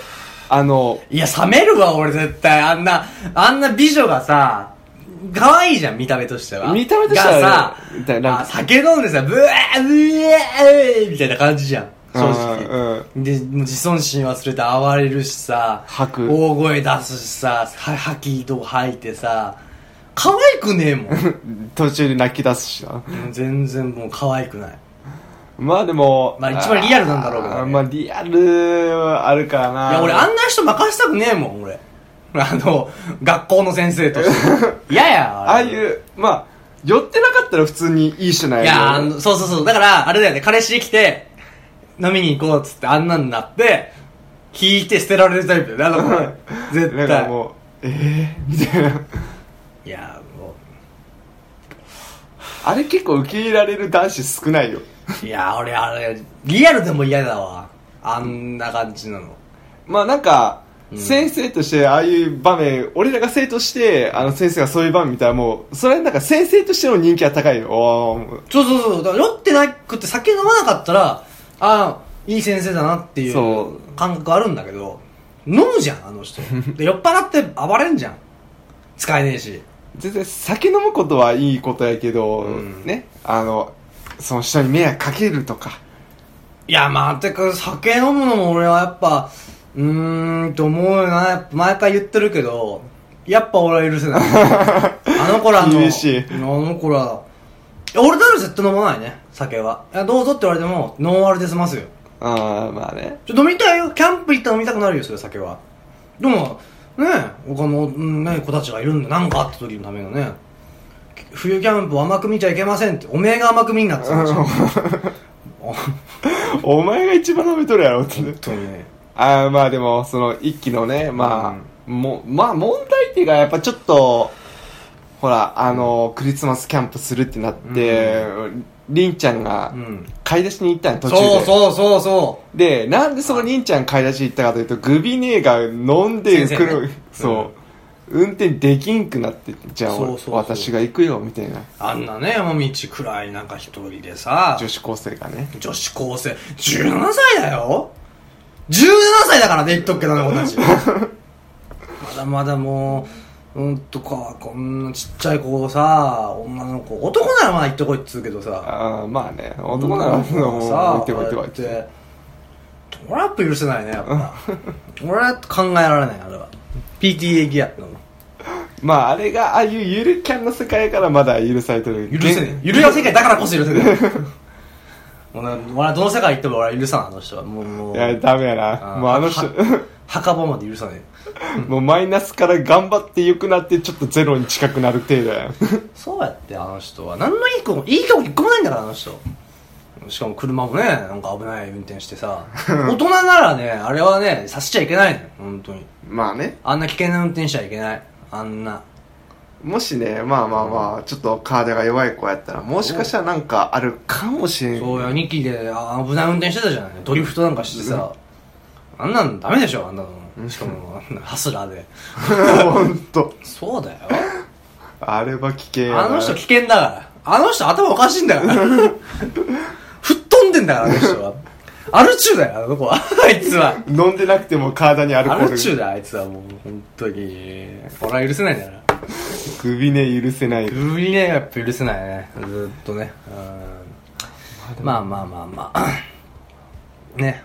C: あの
A: いや、冷めるわ、俺絶対。あんな、あんな美女がさ、可愛いじゃん、見た目としては。
C: 見た目としてはね
A: が
C: だなん
A: さ、
C: か
A: あ酒飲んでさ、ブエーブエーみたいな感じじゃん。正
C: うん
A: 直。で、もう自尊心忘れて暴れるしさ、
C: 吐く
A: 大声出すしさ、は吐きと吐いてさ、可愛くねえ も
C: 途中で泣き出すしな。
A: ん全然もう可愛くない
C: まあでも。
A: まあ一番リアルなんだろうけどね
C: あーまあリアルはあるからな。
A: いや俺あんな人任せたくねえもん俺あの学校の先生と して嫌やや
C: ああいうう、まあ、寄ってなかったら普通にいい人なんや
A: い
C: けど
A: やあのそうそうそうだからあれだよね彼氏来て飲みに行こうっつってあんなんなって引いて捨てられるタイプだよねあの子絶
C: な
A: 対
C: んかもう、ええー、みたいな。
A: いやも
C: あれ結構受け入れられる男子少ないよ。
A: ういや俺あれリアルでも嫌だわあんな感じなの
C: まあなんか、
A: うん
C: 先生としてああいう場面、俺らが生徒して、あの先生がそういう場面見たらもう、それはなんか先生としての人気は高いよ。おーもう
A: そうそうそうだから酔ってなくて酒飲まなかったらああいい先生だなっていう
C: そ
A: 感覚あるんだけど飲むじゃんあの人で酔っ払って暴れんじゃん使えねえし
C: 全然酒飲むことはいいことやけど、
A: うん
C: ね、あの、その人に迷惑かけるとか。
A: いやまあてか酒飲むのも俺はやっぱうーんと思うよなやっぱ毎回言ってるけどやっぱ俺は許せ ないあの子らの
C: 厳しい
A: あの子らいや俺だら絶対飲まないね酒はいやどうぞって言われてもノンアルで済ますよ
C: ああ、まあね。
A: ちょ飲みたいよキャンプ行ったら飲みたくなるよそれ酒はでもね他の、うんね、子たちがいるんだなんかあった時のためのね冬キャンプを甘く見ちゃいけませんっておめえが甘く見んなって話 本
C: お前が一番舐めとるやろって。
A: 当にね
C: ああまあでもその一期のねまあ、もまあ問題っていうかやっぱちょっとほらあのクリスマスキャンプするってなって、りんちゃんが
A: うん
C: 買い出しに行ったんよ途中で
A: そうそうそうそ
C: でなんでそのりんちゃん買い出し行ったかというとグビネーが飲んで
A: 先
C: く
A: 生ね
C: る、そう、運転できんくなってじゃあ
A: そうそうそう
C: 私が行くよみたいな
A: うあんなね山道暗いなんか一人でさ
C: 女子高生がね
A: 女子高生17歳だよ17歳だからね言っとくけどね 同じまだまだもううんとかこんなちっちゃい子をさ女の子男ならまあ行ってこいっつうけどさ
C: ああまあね男ならもう行ってこい行ってこいっ
A: ってて俺はやっぱ許せないねやっ ぱ俺は考えられないあれは PTA ギアってのも
C: まああれがああいうゆるキャンの世界からまだ許されてる
A: 許せねえゆるや世界だからこそ許せね えもうね俺はどの世界行っても俺は許さんあの人はもうもう
C: いや、ダメやな。
A: ー
C: もうあの人、
A: は墓場まで許さねえ
C: もうマイナスから頑張って良くなって、ちょっとゼロに近くなる程度や。
A: そうやってあの人は何のいい子もいい子も一個もないんだからあの人しかも車もねなんか危ない運転して さ大人ならねあれはねさせちゃいけないのよ本当に
C: まあね。
A: あんな危険な運転しちゃいけないあんな
C: もしね、まあまあまあ、ちょっと体が弱い子やったら、もしかしたらなんかあるかもしれん。
A: そうや2機であ危ない運転してたじゃないドリフトなんかしてさあんなんダメでしょあんなのしかもあんなハスラーで
C: ほんと。
A: そうだよ
C: あれは危険やな
A: あの人危険だから。あの人頭おかしいんだ から。吹っ飛んでんだから、あの人は。アル中だよ、あの子は。あいつは。
C: 飲んでなくても体にアルコ
A: ア
C: ー
A: ル
C: ル
A: 中
C: が。
A: だよ、あいつはもう、本当に。俺は許せないんだから。
C: 首ね、許せない。
A: グリね、やっぱ許せないね。ずーっとね。うん。まあまあまあまあ。 ね。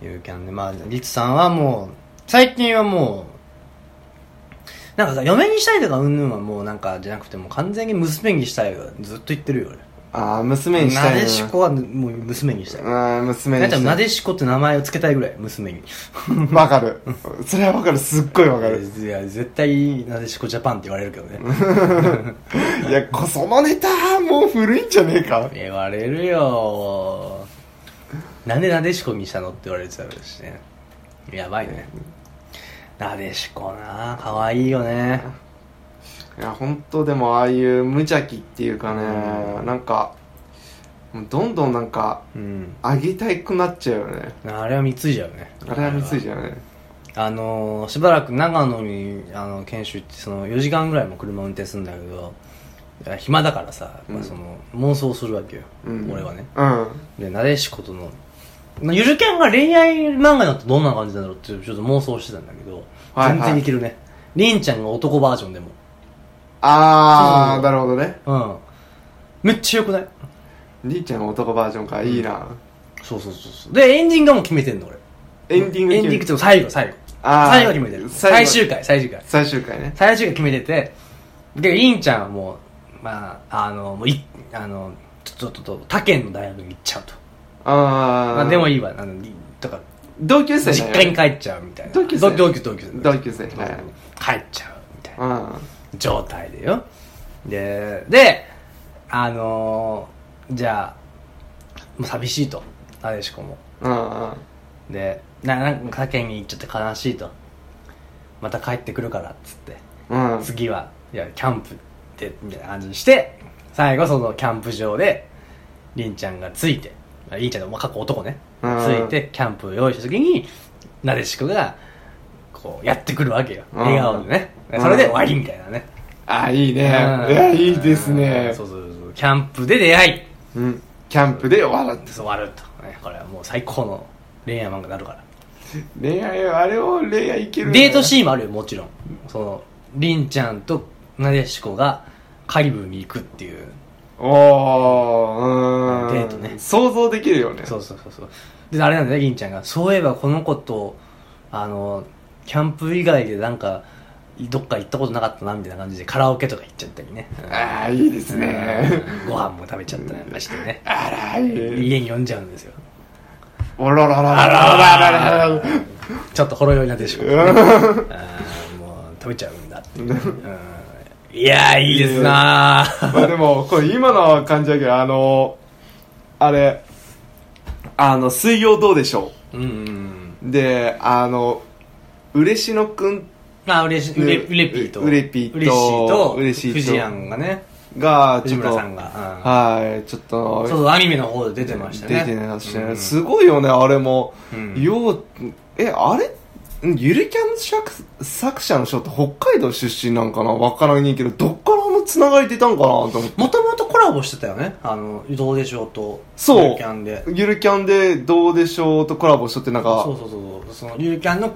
A: ゆうキャンで、まあ、リツさんはもう、最近はもう、なんかさ、嫁にしたいとかうんぬんはもうなんかじゃなくてもう完全に娘にしたいがずっと言ってるよ俺。
C: ああ、娘にし
A: な
C: たいな。
A: でしこはもう娘にしたい。
C: うん、娘
A: な
C: に
A: んちゃん
C: した。
A: ないでしこって名前を付けたいぐらい、娘に。
C: わかる。それはわかる。すっごいわかる。
A: いや、絶対なでしこジャパンって言われるけどね。
C: いや、こそのネタ、もう古いんじゃねえか。
A: 言われるよ。なんでなでしこにしたのって言われちゃうしね。やばいね。なでしこな可愛いよね。
C: いや本当でもああいう無邪気っていうかね、なんかもうどんどんなんか
A: うん。
C: あげたくなっちゃうよね
A: あれは貢いじゃうね。
C: あれは見ついちゃうね
A: あのーしばらく長野にあの研修行ってその4時間ぐらいも車運転するんだけどいや暇だからさ、まあ、その妄想するわけよ、
C: うん
A: 俺はね
C: うん
A: でなでしことのまあゆるキャンが恋愛漫画だとどんな感じなんだろうってちょっと妄想してたんだけど、
C: はいはい
A: 全然いけるねりんちゃんが男バージョンでも
C: あ
A: そう
C: あなるほどね
A: うんめっちゃよくない
C: りーちゃんの男バージョンかいいな、
A: そうそうそうそうでエンディングはもう決めてんの俺
C: エンディング
A: エンディングっていうか最後最後
C: あー
A: 最後決めてる
C: 最後
A: 最終回最終回
C: 最終回ね
A: 最終回決めててで、りんちゃんはもう、まあ、あの、もうい、あの、ちょっと、ちょっと他県の大学に行っちゃうと。
C: あー
A: まあ、でもいいわ、あの、いとか、
C: 同級生
A: 実
C: ね
A: 家に帰っちゃうみたいな。
C: 同級生
A: 同同級同級生。
C: 同級生
A: 同
C: はい
A: 帰っちゃうみたいな
C: うん
A: 状態でよ。で、で、あのーじゃあ、もう寂しいと、なでしこも。
C: うん
A: で、な、なんか他県に行っちゃって悲しいと。また帰ってくるから、っつって。
C: うんうん
A: 次はいやキャンプでみたいな感じにして最後そのキャンプ場でりんちゃんがついてありんちゃんの、まあ、過去男ねつ
C: うん
A: いてキャンプを用意した時になでしこがこうやってくるわけよ
C: うん
A: 笑顔でね
C: うん
A: それで終わりみたいなね
C: あいいね
A: うん
C: いやいいですね
A: そうそうそうキャンプで出会い
C: うんキャンプで笑って
A: で終わると、ね、これはもう最高の恋愛漫画になるから
C: 恋愛あれを恋愛いけるね
A: デートシーンもあるよもちろんそのりんちゃんとなでしこがカリブンに行くっていう
C: おーうん
A: デートね
C: 想像できるよね
A: そうそうそうそうであれなんだねりんちゃんがそういえばこの子とあのキャンプ以外でなんかどっか行ったことなかったなみたいな感じでカラオケとか行っちゃったりね
C: ああいいですね
A: うんご飯も食べちゃったりなんかしてね
C: あらいい
A: 家に呼んじゃうんですよ
C: おろろろろろろろろろ
A: ちょっとほろ酔いなでしょ、ね、あーもう食べちゃうんだっていう、うんいやーいいですなー
C: まあでもこれ今の感じだけどあのあれあの「水曜どうでしょ
A: うんうん
C: う」であの嬉野くん
A: まあうれしうれうれぴーと
C: うれぴーと
A: うれしいと
C: うれしいと
A: フジヤンがね
C: がち
A: 藤
C: ょっと
A: 村さんが、うん
C: はいちょっと
A: そうそうアニメの方で出てましたね
C: 出てましたね
A: うん
C: すごいよねあれも、
A: うん
C: ようえあれゆるキャン作作者の人って北海道出身なんかなわからないけどどっからあのつながり出たんかなと思って
A: もともとコラボしてたよねあのどうでしょうと
C: そう
A: ゆるキャンで
C: ゆるキャンで「どうでしょう」とコラボしとってなんか
A: そうそうそうそうそのゆるキャンの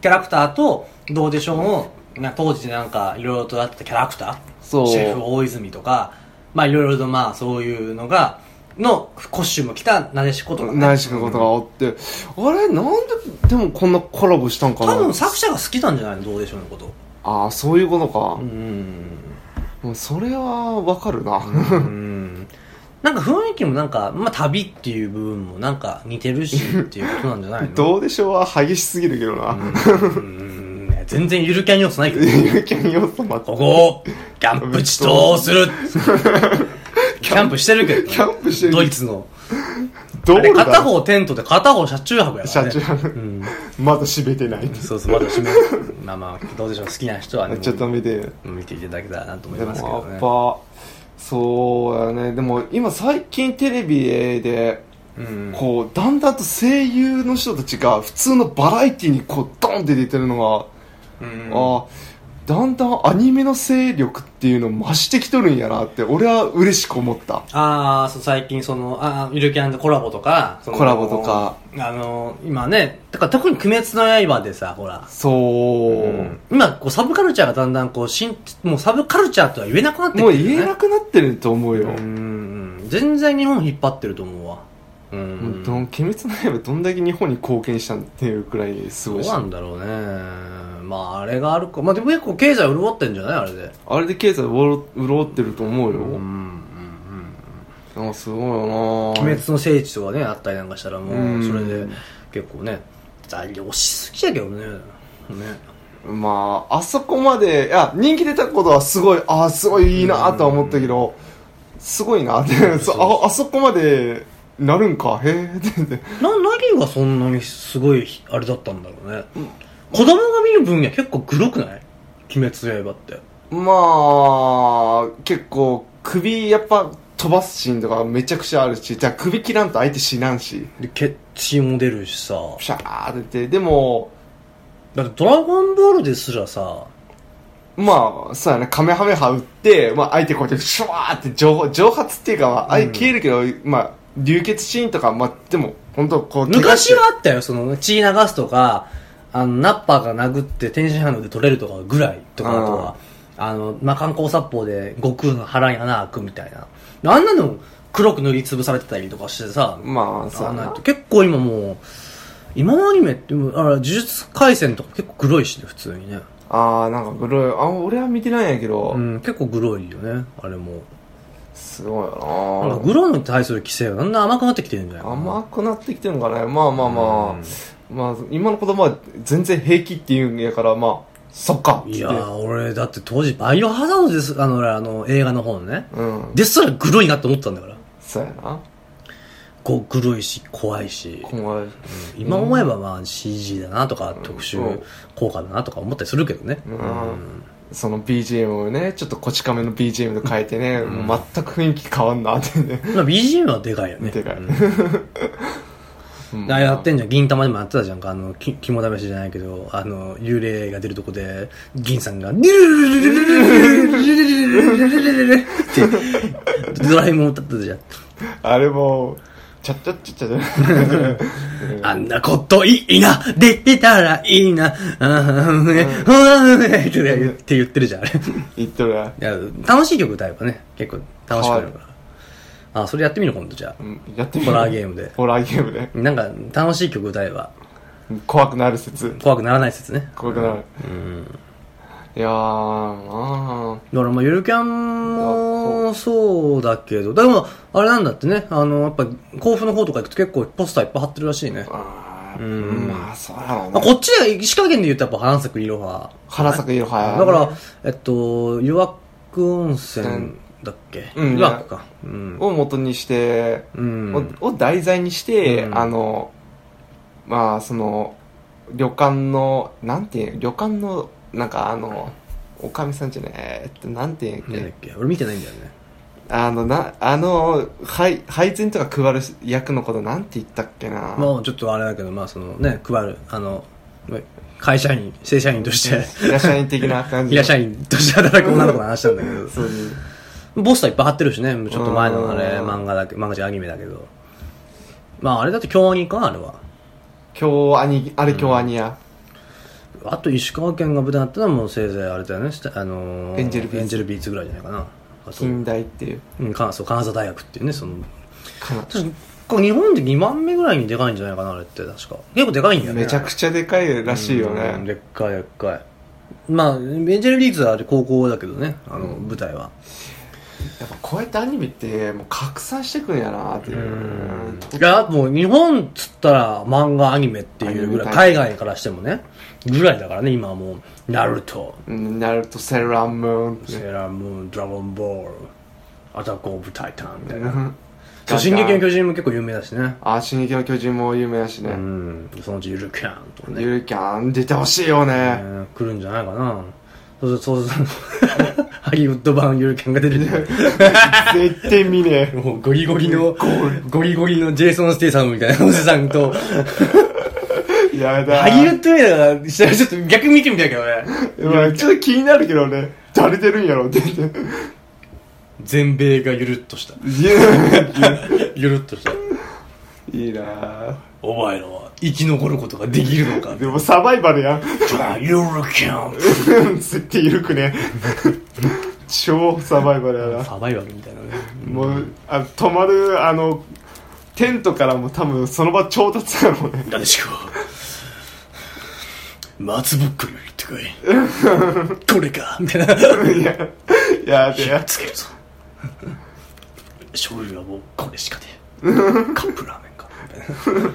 A: キャラクターとどうでしょうのな当時なんかいろいろとあったキャラクター
C: そう
A: シェフ大泉とかまあいろいろとまあそういうのがのコスチューム着たなでしことか、ね、
C: 内視のことがあって、あれなんででもこんなコラボしたんかな
A: 多分作者が好きなんじゃないのどうでしょうのこと
C: ああそういうことか、
A: うん
C: もうそれはわかるな、
A: うんなんか雰囲気もなんか、まあ、旅っていう部分もなんか似てるしっていうことなんじゃないの
C: どうでしょうは激しすぎるけどな、
A: うんね全然ゆるキャン要素ないけど。
C: ゆるキャン要素もあって
A: ここを、キャンプ地とす る。キャンプしてるけど。
C: キャンプしてる
A: ドイツの。
C: ど
A: あ
C: う
A: れ、
C: だ
A: 片方テントで片方車中泊やから、ね。
C: 車中泊
A: うん。
C: まだ締めてない、
A: そうそう、まだ閉めまあまあ、どうでしょう。好きな人はね、
C: ちょっと見て
A: 見ていただけたらなと思い
C: で
A: ますけど
C: もや
A: ね
C: っ。ぱそうやねでも今最近テレビで
A: うん。
C: こうだんだんと声優の人たちが普通のバラエティにこうドンって出てるの
A: うん
C: が、ああだんだんアニメの勢力っていうのを増してきとるんやなって俺は嬉しく思った
A: ああ、そう、最近その、あーゆるキャンでコラボとか、その
C: コラボとか。
A: あのー、今ね、だから特に鬼滅の刃でさ、ほら、
C: そう、
A: 今こうサブカルチャーがだんだんこうしんもうサブカルチャーとは言えなくなってき
C: もう
A: てるよね
C: 言えなくなってると思うよ、
A: うんうん全然日本引っ張ってると思うわうん
C: もうどん鬼滅の刃どんだけ日本に貢献したんっていうくらいす
A: ど
C: ご
A: う
C: いし
A: なんだろうねまああれがあるかまあでも結構経済潤ってんじゃないあれで
C: あれで経済潤潤ってると思うよ、
A: うん
C: なんかすごいよな
A: 鬼滅の聖地とかねあったりなんかしたらも
C: う
A: うんそれで結構ね残業しすぎだけどねね
C: まああそこまでいや人気出たことはすごいああすごいいいなとは思ったけど、すごいなってそうああそこまでなるんかへえって
A: な何がそんなにすごいあれだったんだろうね、子供が見る分には結構グロくない鬼滅の刃って
C: まあ結構首やっぱ飛ばすシーンとかめちゃくちゃあるしじゃあ首切らんと相手死なんし
A: で血血も出るしさ
C: ピシャーって出てでも
A: だってドラゴンボールですらさ
C: まあ、そうやね、カメハメハ打って、まあ、相手こうやって、シュワーって蒸発、蒸発っていうか、まあ、相手消えるけど、まあ、流血シーンとか、まあ、でも、本当こう、怪我し
A: 昔
C: て
A: はあったよその血流すとかあのナッパーが殴って天津飯で取れるとかぐらいとかあとはあの、まあ、観光殺法で悟空の腹に穴開くみたいなあんなの黒く塗りつぶされてたりとかしてさ、
C: まあ、そ
A: あ
C: うや
A: んな
C: な。
A: 結構今もう今のアニメってもうあら呪術廻戦とか結構黒いしね普通にね
C: ああなんかグロいあ俺は見てないんやけど、
A: うん、結構グロいよね、あれも。
C: すごいよ
A: な
C: なん
A: かグロいのに対する規制がだんだん甘くなってきてるんじゃないかな
C: 甘くなってきてるのかねまあまあまあ、まあ今の言葉は全然平気っていうんやからまあそっかっつって
A: いやー、俺、だって当時、バイオハザードです、あの、あの、映画の方のね。
C: うん
A: ですらグロいなって思ったんだから。
C: そうやな
A: こう、グロいし、怖いし。
C: 怖い
A: 今思えばまあ CG だなとか、特
C: うん
A: 殊効果だなとか思ったりするけどね。
C: うんその BGM をねちょっとこち亀の BGM と変えてね、もう全く雰囲気変わんなってね
A: まあ BGM はでかいよね。
C: でかい
A: うんあやってんじゃん。銀玉でもやってたじゃんか。あの、き肝試しじゃないけど、あの、幽霊が出るとこで、銀さんが、ルルルルルルルルルルルルルルルルルって、ドラえもん歌ってたじゃん。
C: あれもちゃっちゃっちゃっちゃ
A: あんなこといいな、できたらいいな、あーね、あーねって言って言ってるじゃん、あれ。
C: 言っとるや
A: いや、楽しい曲歌えばね、結構楽しくなるから。あ、それやってみる今度じゃ
C: うんやってみ
A: ホラーゲームで
C: ホラーゲームで
A: あ。なんか、楽しい曲歌えば、
C: 怖くなる説
A: 怖くならない説ね。
C: 怖くなる、いやーあ
A: だからまあ、ゆるキャンもそうだけど、でも、あれなんだってね、あの、やっぱ、甲府の方とか行くと結構ポスターいっぱい貼ってるらしいね
C: ー。あーまあそうやろう
A: まあ
C: な
A: こっちで、石川県で言うとやっぱ花咲くいろは。
C: 花咲くいろはや
A: だから、えっと、湯涌温泉だっけ
C: うん
A: 湯涌か。うん。
C: を元にして、
A: うん。
C: をを題材にして、
A: うん
C: あのまあその旅館のなんていう旅館のなんかあのおかみさんじゃねえーってなんていうんやっけ
A: なんだっけ俺見てないんだよね。
C: あのなあの配配膳とか配る役のことなんて言ったっけな、
A: もうちょっとあれだけど、まあそのね、配る、あの、会社員、正社員として、
C: 平社員的な感じ
A: 平社員として働く女の子の話なんだけど、
C: そういう
A: ボスターいっぱい貼ってるしね、ちょっと前のあれ、
C: うん
A: 漫画だけ、漫画じゃアニメだけど。まああれだって京アニか、あれは。
C: 京アニあれ京アニや、
A: あと石川県が舞台になったのはもうせいぜいあれだよね、したあのー
C: エンジェルビーツ
A: エンジェルビーツぐらいじゃないかな。あそう
C: 近代っていう
A: うん、かそう、金沢大学っていうね、その、
C: かな
A: 確か日本で2番目ぐらいにでかいんじゃないかな、あれって、確か。結構でかいんだよね。
C: めちゃくちゃでかいらしいよ
A: うん
C: ね
A: でっかいでっかい。まあ、エンジェルリーズはあれ高校だけどね、あの、舞台は。
C: やっぱこうやってアニメってもう拡散してくんやなっていうと
A: いや、もう日本っつったら漫画アニメっていうぐらい、
C: アニメ
A: 海
C: 大
A: 外からしてもね、ぐらいだからね、今はもう、ナルト、
C: うんナルトセーラームーンって
A: セーラームーン、ドラゴンボール、アタックオブタイタンみたい
C: うん
A: な。そう進撃の巨人も結構有名だしね。
C: あ、進撃の巨人も有名だし
A: う
C: ね。
A: ん、そのうちゆるキャンとかね。
C: ゆるキャン出てほしいよね。
A: ね来るんじゃないかな。そうそうそうそう。 ハリウッド版ゆるキャンが出るんじゃない
C: 絶対見ね
A: もうゴリゴリの、ゴリゴリのジェイソン・ステイさんみたいなおじさん と、
C: え。やだ。
A: ハリウッド映画がしたらちょっと逆に見てみたいけどね。
C: まあちょっと気になるけどね。誰出るんやろって言って。
A: 全米がゆるっとした。
C: いや
A: ゆるっとした。
C: いいな
A: お前らは生き残ることができるのか。
C: でもサバイバルやん。
A: ユーロキャン
C: 絶対ゆるくね。超サバイバルやな。
A: サバイバルみたいなね。
C: もう、あ泊まる、あの、テントからも多分その場調達やろうね。
A: なでしこ。松ぼっくりを言ってこい。これかみたいな。
C: いや、やでや。
A: つけるぞ。醤油はもうこれしかね え。カップラーメ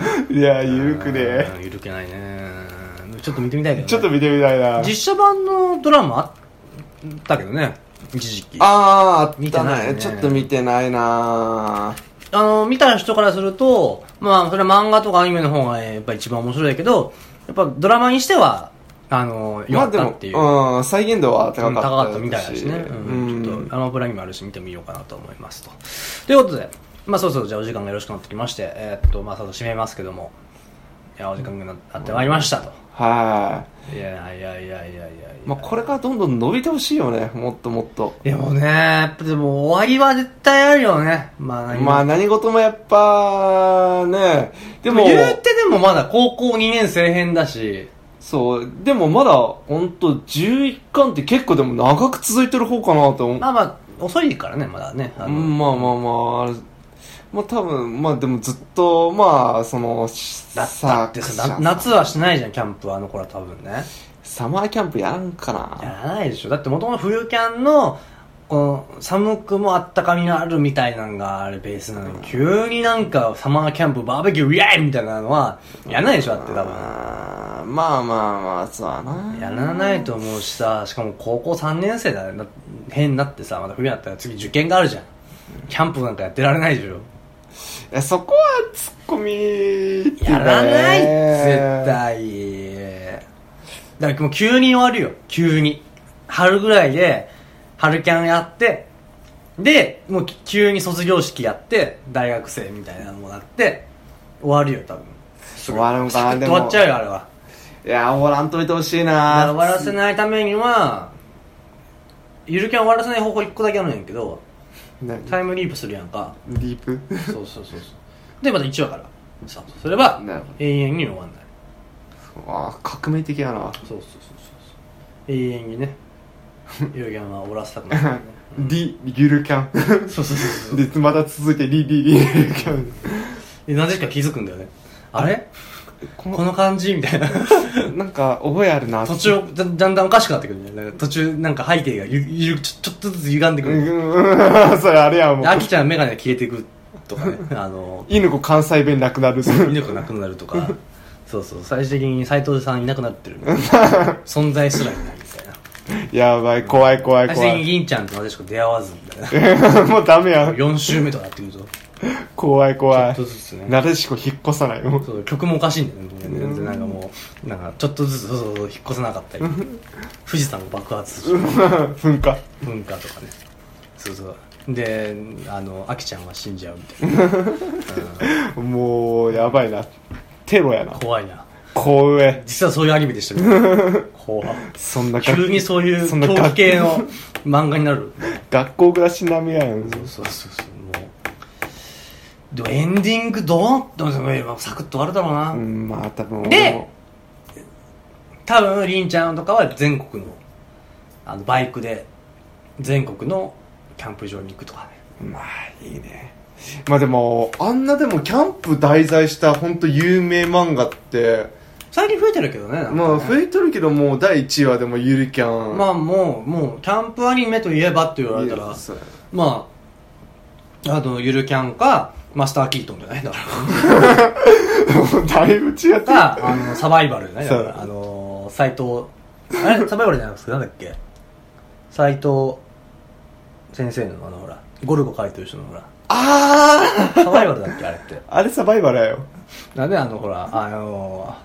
A: ンか。
C: いや、ゆるくね。
A: うん。ゆるけないね。ちょっと見てみたいけど、ね。
C: ちょっと見てみたいな。
A: 実写版のドラマあったけどね。一時期。あ
C: あー、あ
A: 見
C: ってた
A: ない
C: ね。
A: ね
C: ちょっと見てないな
A: の、見た人からすると、まあ、それは漫画とかアニメの方がやっぱ一番面白いけど、やっぱドラマにしては、あの、良か
C: まあ
A: っ
C: で
A: た
C: も
A: っていう。
C: うん、再現度は高か
A: うん
C: った
A: 高
C: し。
A: かったみたいだしね、うんちょっとアマプラにもあるし見てみようかなと思いますとということでまあそうそうじゃあお時間がよろしくなってきましてえーっとまあさと締めますけどもいやお時間がなってまいりましたと、
C: はい
A: やいやいやいやいやいや
C: い。まあこれからどんどん伸びてほしいよね。もっともっと。
A: でもねやっぱでも終わりは絶対あるよねまあ
C: まあ何事もやっぱ、ね。
A: で
C: でも
A: も、言うてでもまだ高校2年生編だし
C: そう、でもまだ、ほんと11巻って結構でも長く続いてる方かなと思う。
A: まあまあ遅いからねまだねあ
C: う
A: の、
C: ん、まあまあまあ、あれまあ多分、まあでもずっと、まあ、その、
A: だだってさな夏はしないじゃんキャンプはあの頃は多分ね
C: サマーキャンプやらんかな
A: やらないでしょだってもともと冬キャンのこの寒くもあったかみがあるみたいなんがあれベースなのに急になんかサマーキャンプバーベキューイエーイみたいなのはやらないでしょだって多分
C: あーまあまあまあそうだな
A: やらないと思うしさしかも高校3年生だねだ変になってさまた冬になったら次受験があるじゃんキャンプなんかやってられないでしょ
C: いやそこはツッコミ
A: やらない
C: ってね
A: 絶対だからもう急に終わるよ急に春ぐらいで春キャンやってでもう急に卒業式やって大学生みたいなのもなって終わるよ多分
C: 終わるんかなで
A: 終
C: も
A: わっちゃうよあれはい
C: や終わらんといてほし
A: だ
C: い
A: から
C: な
A: 終わらせないためにはゆるキャン終わらせない方法1個だけあるんやけど
C: 何
A: タイムリープするやんか
C: ディープ
A: そうそうそうそうでまた1話からスタートすれば
C: なるほ
A: 永遠に終わんない
C: あー革命的やな
A: そうそうそうそう永遠にねユーギャンは終わらせたくないからね
C: ディ・ゆるキャン
A: そうそうそうそう
C: でまた続いてリ・リ・リ・ゆるキャン
A: でなぜか気づくんだよねあれ
C: こ
A: この感じみたいな
C: なんか覚えあるな
A: 途中だだんだんおかしくなってくるんだよねなんか途中なんか背景がゆゆちょちょっとずつ歪んでく
C: う
A: る、で
C: ん うんそれあれやもう
A: あきちゃん眼鏡消えてくと かねあの
C: 犬子関西弁なくなる
A: 犬がなくなると かそうそう最終的に斎藤さんいなくなってる存在すらいないみたいな
C: やばい怖い怖い
A: 最終
C: 怖
A: 的に
C: い
A: 銀ちゃんとなでしこ出会わずみたいな
C: もうダメやん
A: 4週目とかなってくるとち
C: 怖い
A: ょ
C: 怖
A: っ
C: い
A: とずつね
C: なでしこ引っ越さないもう
A: そう曲もおかしいんだよねもうね全然なんかもうなんかちょっとずつそうそうそう引っ越せなかったり富士山も爆発する
C: 噴火
A: 文化とかねそうそうであのあきちゃんは死んじゃうみたいな
C: もうやばいなテロやな
A: 怖いな
C: 怖え
A: 実はそういうアニメでしたけど怖
C: そんな学
A: 急にそういう
C: そんな
A: 狂
C: 学
A: 気系の漫画になる
C: 学校暮らし並みやん
A: そうそうそうそうもうでもエンディングどうってサクッと終わるだろうな、
C: うんまあ多分
A: で
C: 俺も
A: 多分りんちゃんとかは全国のあのバイクで全国のキャンプ場に行くとかね
C: まあいいねまあでもあんなでもキャンプ題材した本当有名漫画って
A: 最近増えてるけどねなんかね
C: まあ増えとるけどもう第1話でもゆるキャン
A: まあもうもうキャンプアニメといえばって言われた
C: いや
A: ら
C: そうや
A: まああのゆるキャンかマスター・キートンじゃないだか
C: もうだいぶ違ってる
A: らかあのサバイバルじゃないだか
C: そ
A: ら
C: う
A: あの斎藤あれサバイバルじゃなくてなんだっけ斎藤先生のあのほらゴルゴ書いてる人のほら
C: ああ
A: サバイバルだっけあれって
C: あれサバイバルやよ
A: なんであのほらあの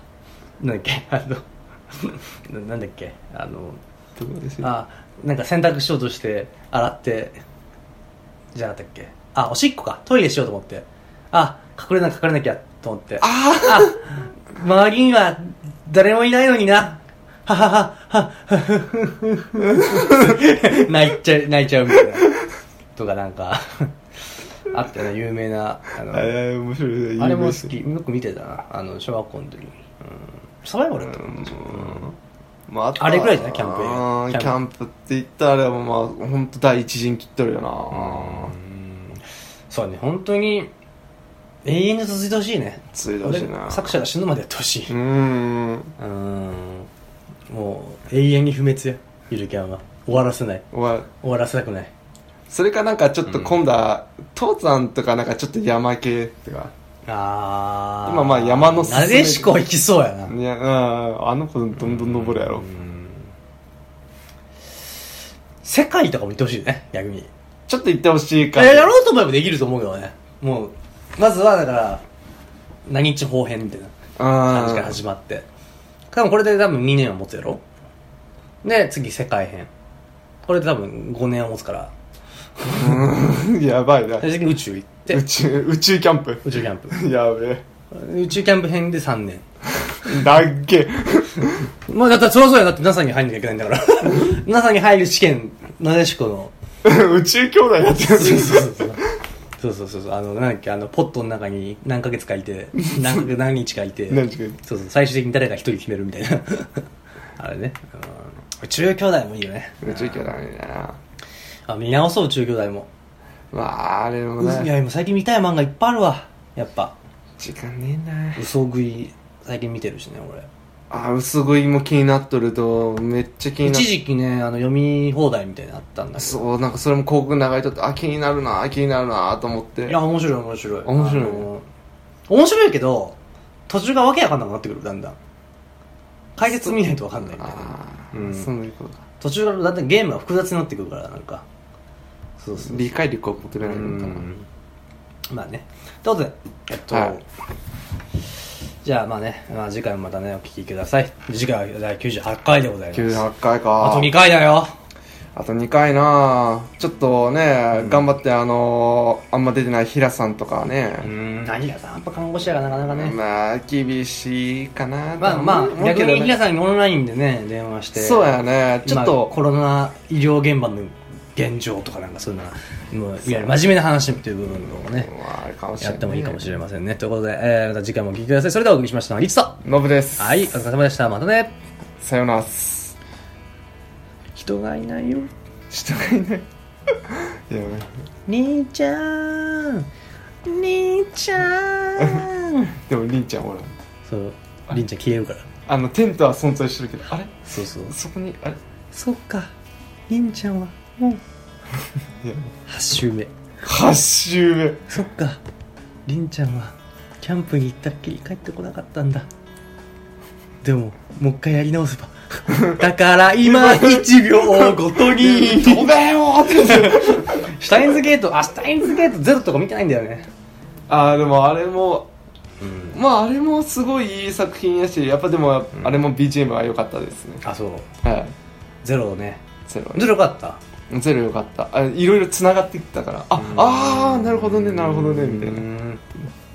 A: ー、なんだっけあの ななんだっけあの
C: どこです
A: あなんか洗濯しようとして洗ってじゃなかったっけあおしっこかトイレしようと思ってあ隠れなきゃ隠れなきゃと思ってあ周りには誰もいないのになははははははは 泣いちゃう泣いちゃうみたいなとかなんかあったよね有名なあの
C: あれ面白いね有名
A: あれも好きよく見てたなあの小学校の時に、うん、サバイバルだったかな
C: まあ、あとは
A: あれぐらいじゃないキャンプ映画
C: うん
A: キャンプ
C: キャンプって言ったらあれはまあ本当第一陣切っとるよな
A: そうね本当に永遠に続いてほしいね
C: 続いてほしいな
A: 俺作者が死ぬまでやってほしいう
C: ーん
A: うーんもう永遠に不滅やゆるキャンは終わらせない
C: おい
A: 終わらせたくない
C: それかなんかちょっと今度は父さんとかなんかちょっと山系ってか
A: あー
C: 今まあ山のすすめ
A: なでしこ行きそうやない
C: やうんあの子どんどん登るやろ
A: 世界とかも行ってほしいね逆に
C: ちょっと行ってほしい
A: い
C: か
A: やや
C: ら
A: ろうと思えばできると思うけどねもうまずはだから何日方編みたいな感じから
C: う
A: 始まって多分これで多分2年は持つやろで次世界編これで多分5年は持つから
C: んやばいな
A: 最終的に宇宙行って
C: 宇宙宇宙キャンプ
A: 宇宙キャンプ
C: やべえ
A: 宇宙キャンプ編で3年
C: だっけ
A: まあだったらそろそろだって NASA に入んなきゃいけないんだから NASA に入る試験なでしこ の
C: 宇宙兄弟やって
A: そう
C: る
A: そうそうそうそうそうそうそうあのなんだっけあのポットの中に何ヶ月かい て何ヶ月何日かいて
C: 何日かいて
A: そうそう最終的に誰か一人決めるみたいな あれね、うん、宇宙兄弟もいいよね
C: 宇宙兄弟だな
A: あ見直そう宇宙兄弟も
C: まああれも
A: ういや
C: ね
A: 今最近見たい漫画いっぱいあるわやっぱ
C: 時間ねえな
A: 嘘食い最近見てるしね俺
C: あー薄食いも気になっとるとめっちゃ気になっ
A: 一時期ねあの読み放題みたいなのあったんだけど
C: そうなんかそれも広告流れとってあ気になるな気になるなと思って
A: いや面白い面白い
C: 面白い
A: あの面白いけど途中がわけわかんなくなってくるだんだん解説見ないとわかんないみたいな
C: ああ、
A: うん
C: そういうことか
A: 途中からだんだんゲームが複雑になってくるからなんかそうそう
C: 理解力を求められるのかな
A: まあねということでえっと、
C: はい
A: じゃあまあね、まあ、次回もまたねお聞きください次回は第98回でございます
C: 98回か
A: あと2回だよ
C: あと2回なちょっとね、頑張ってあのーあんま出てない平さんとかは
A: う
C: ね、
A: ん何がさやっぱ看護師やがなかなかね、
C: まあ厳しいかな
A: まあまあ、逆に皆
C: さ
A: さんにオンラインでね、電話して。
C: そうやねちょ
A: 今
C: っと
A: コロナ医療現場の現状とかなんかそういうのは、もういわゆる真面目な話っていう部分をね、
C: まああれかもしれ
A: や
C: な
A: ってもいいかもし
C: れ
A: れませんね。ということで、えーまた次回もお聞きください。それではお送りしましたのは、リツと。は
C: ないノブです
A: い、お疲れ様でした。またね。
C: さよなら
A: 人がいないよ。
C: 人がいないいやね
A: 兄ちゃん。兄ちゃ ん。
C: でもりんちゃんほら
A: そう、りんちゃん消えるから。
C: あのテントは存在してるけどあれ
A: そうそう。
C: そこにあれ
A: そっか、りんちゃんはもう
C: いや
A: 8週目。
C: 8周目
A: そっかりんちゃんはキャンプに行ったっきり帰ってこなかったんだでももう一回やり直 せばだから今1秒ご とに
C: 飛べよーって
A: シュタインズゲートあシュタインズゲートゼロとか見てないんだよね
C: あーでもあれも
A: うん
C: まああれもすごいいい作品やしやっぱでも
A: ん
C: あれも BGM は良かったですね、
A: あそう
C: はい
A: ゼロね
C: ゼロ
A: ゼロよかった
C: ゼロ良かったあいろいろつながっていったからああーなるほどねなるほどねみたいな
A: な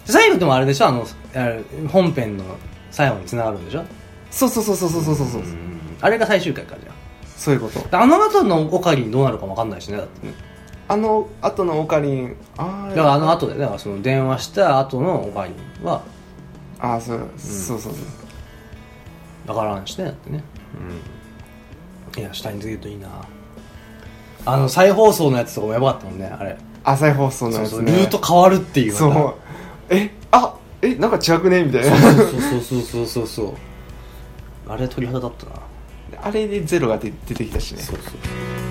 A: 最後でもあれでしょあのあれ本編の最後に繋がるんでしょ
C: そうそうそうそうそうそうそうそう
A: あれが最終回かじゃ
C: そういうこと
A: ああの後のオカリンどうなるか分かんないしねだってね
C: あの後のオカリンあ
A: だから
C: あ
A: あの後でだからその電話した後のおかりは
C: あーそう、そうそうそう
A: 分からんしねだってねいや下につけるといいなあの再放送のやつとかもやばかったもんねあれ
C: 朝放送の
A: そう
C: や
A: そ
C: つ
A: う
C: ね
A: ルート変わるっていうまた
C: そうえあえなんか違くねみたいな
A: そうそうそうそうそうそうあれ鳥肌だったな
C: あれでゼロが出出てきたしね
A: そうそう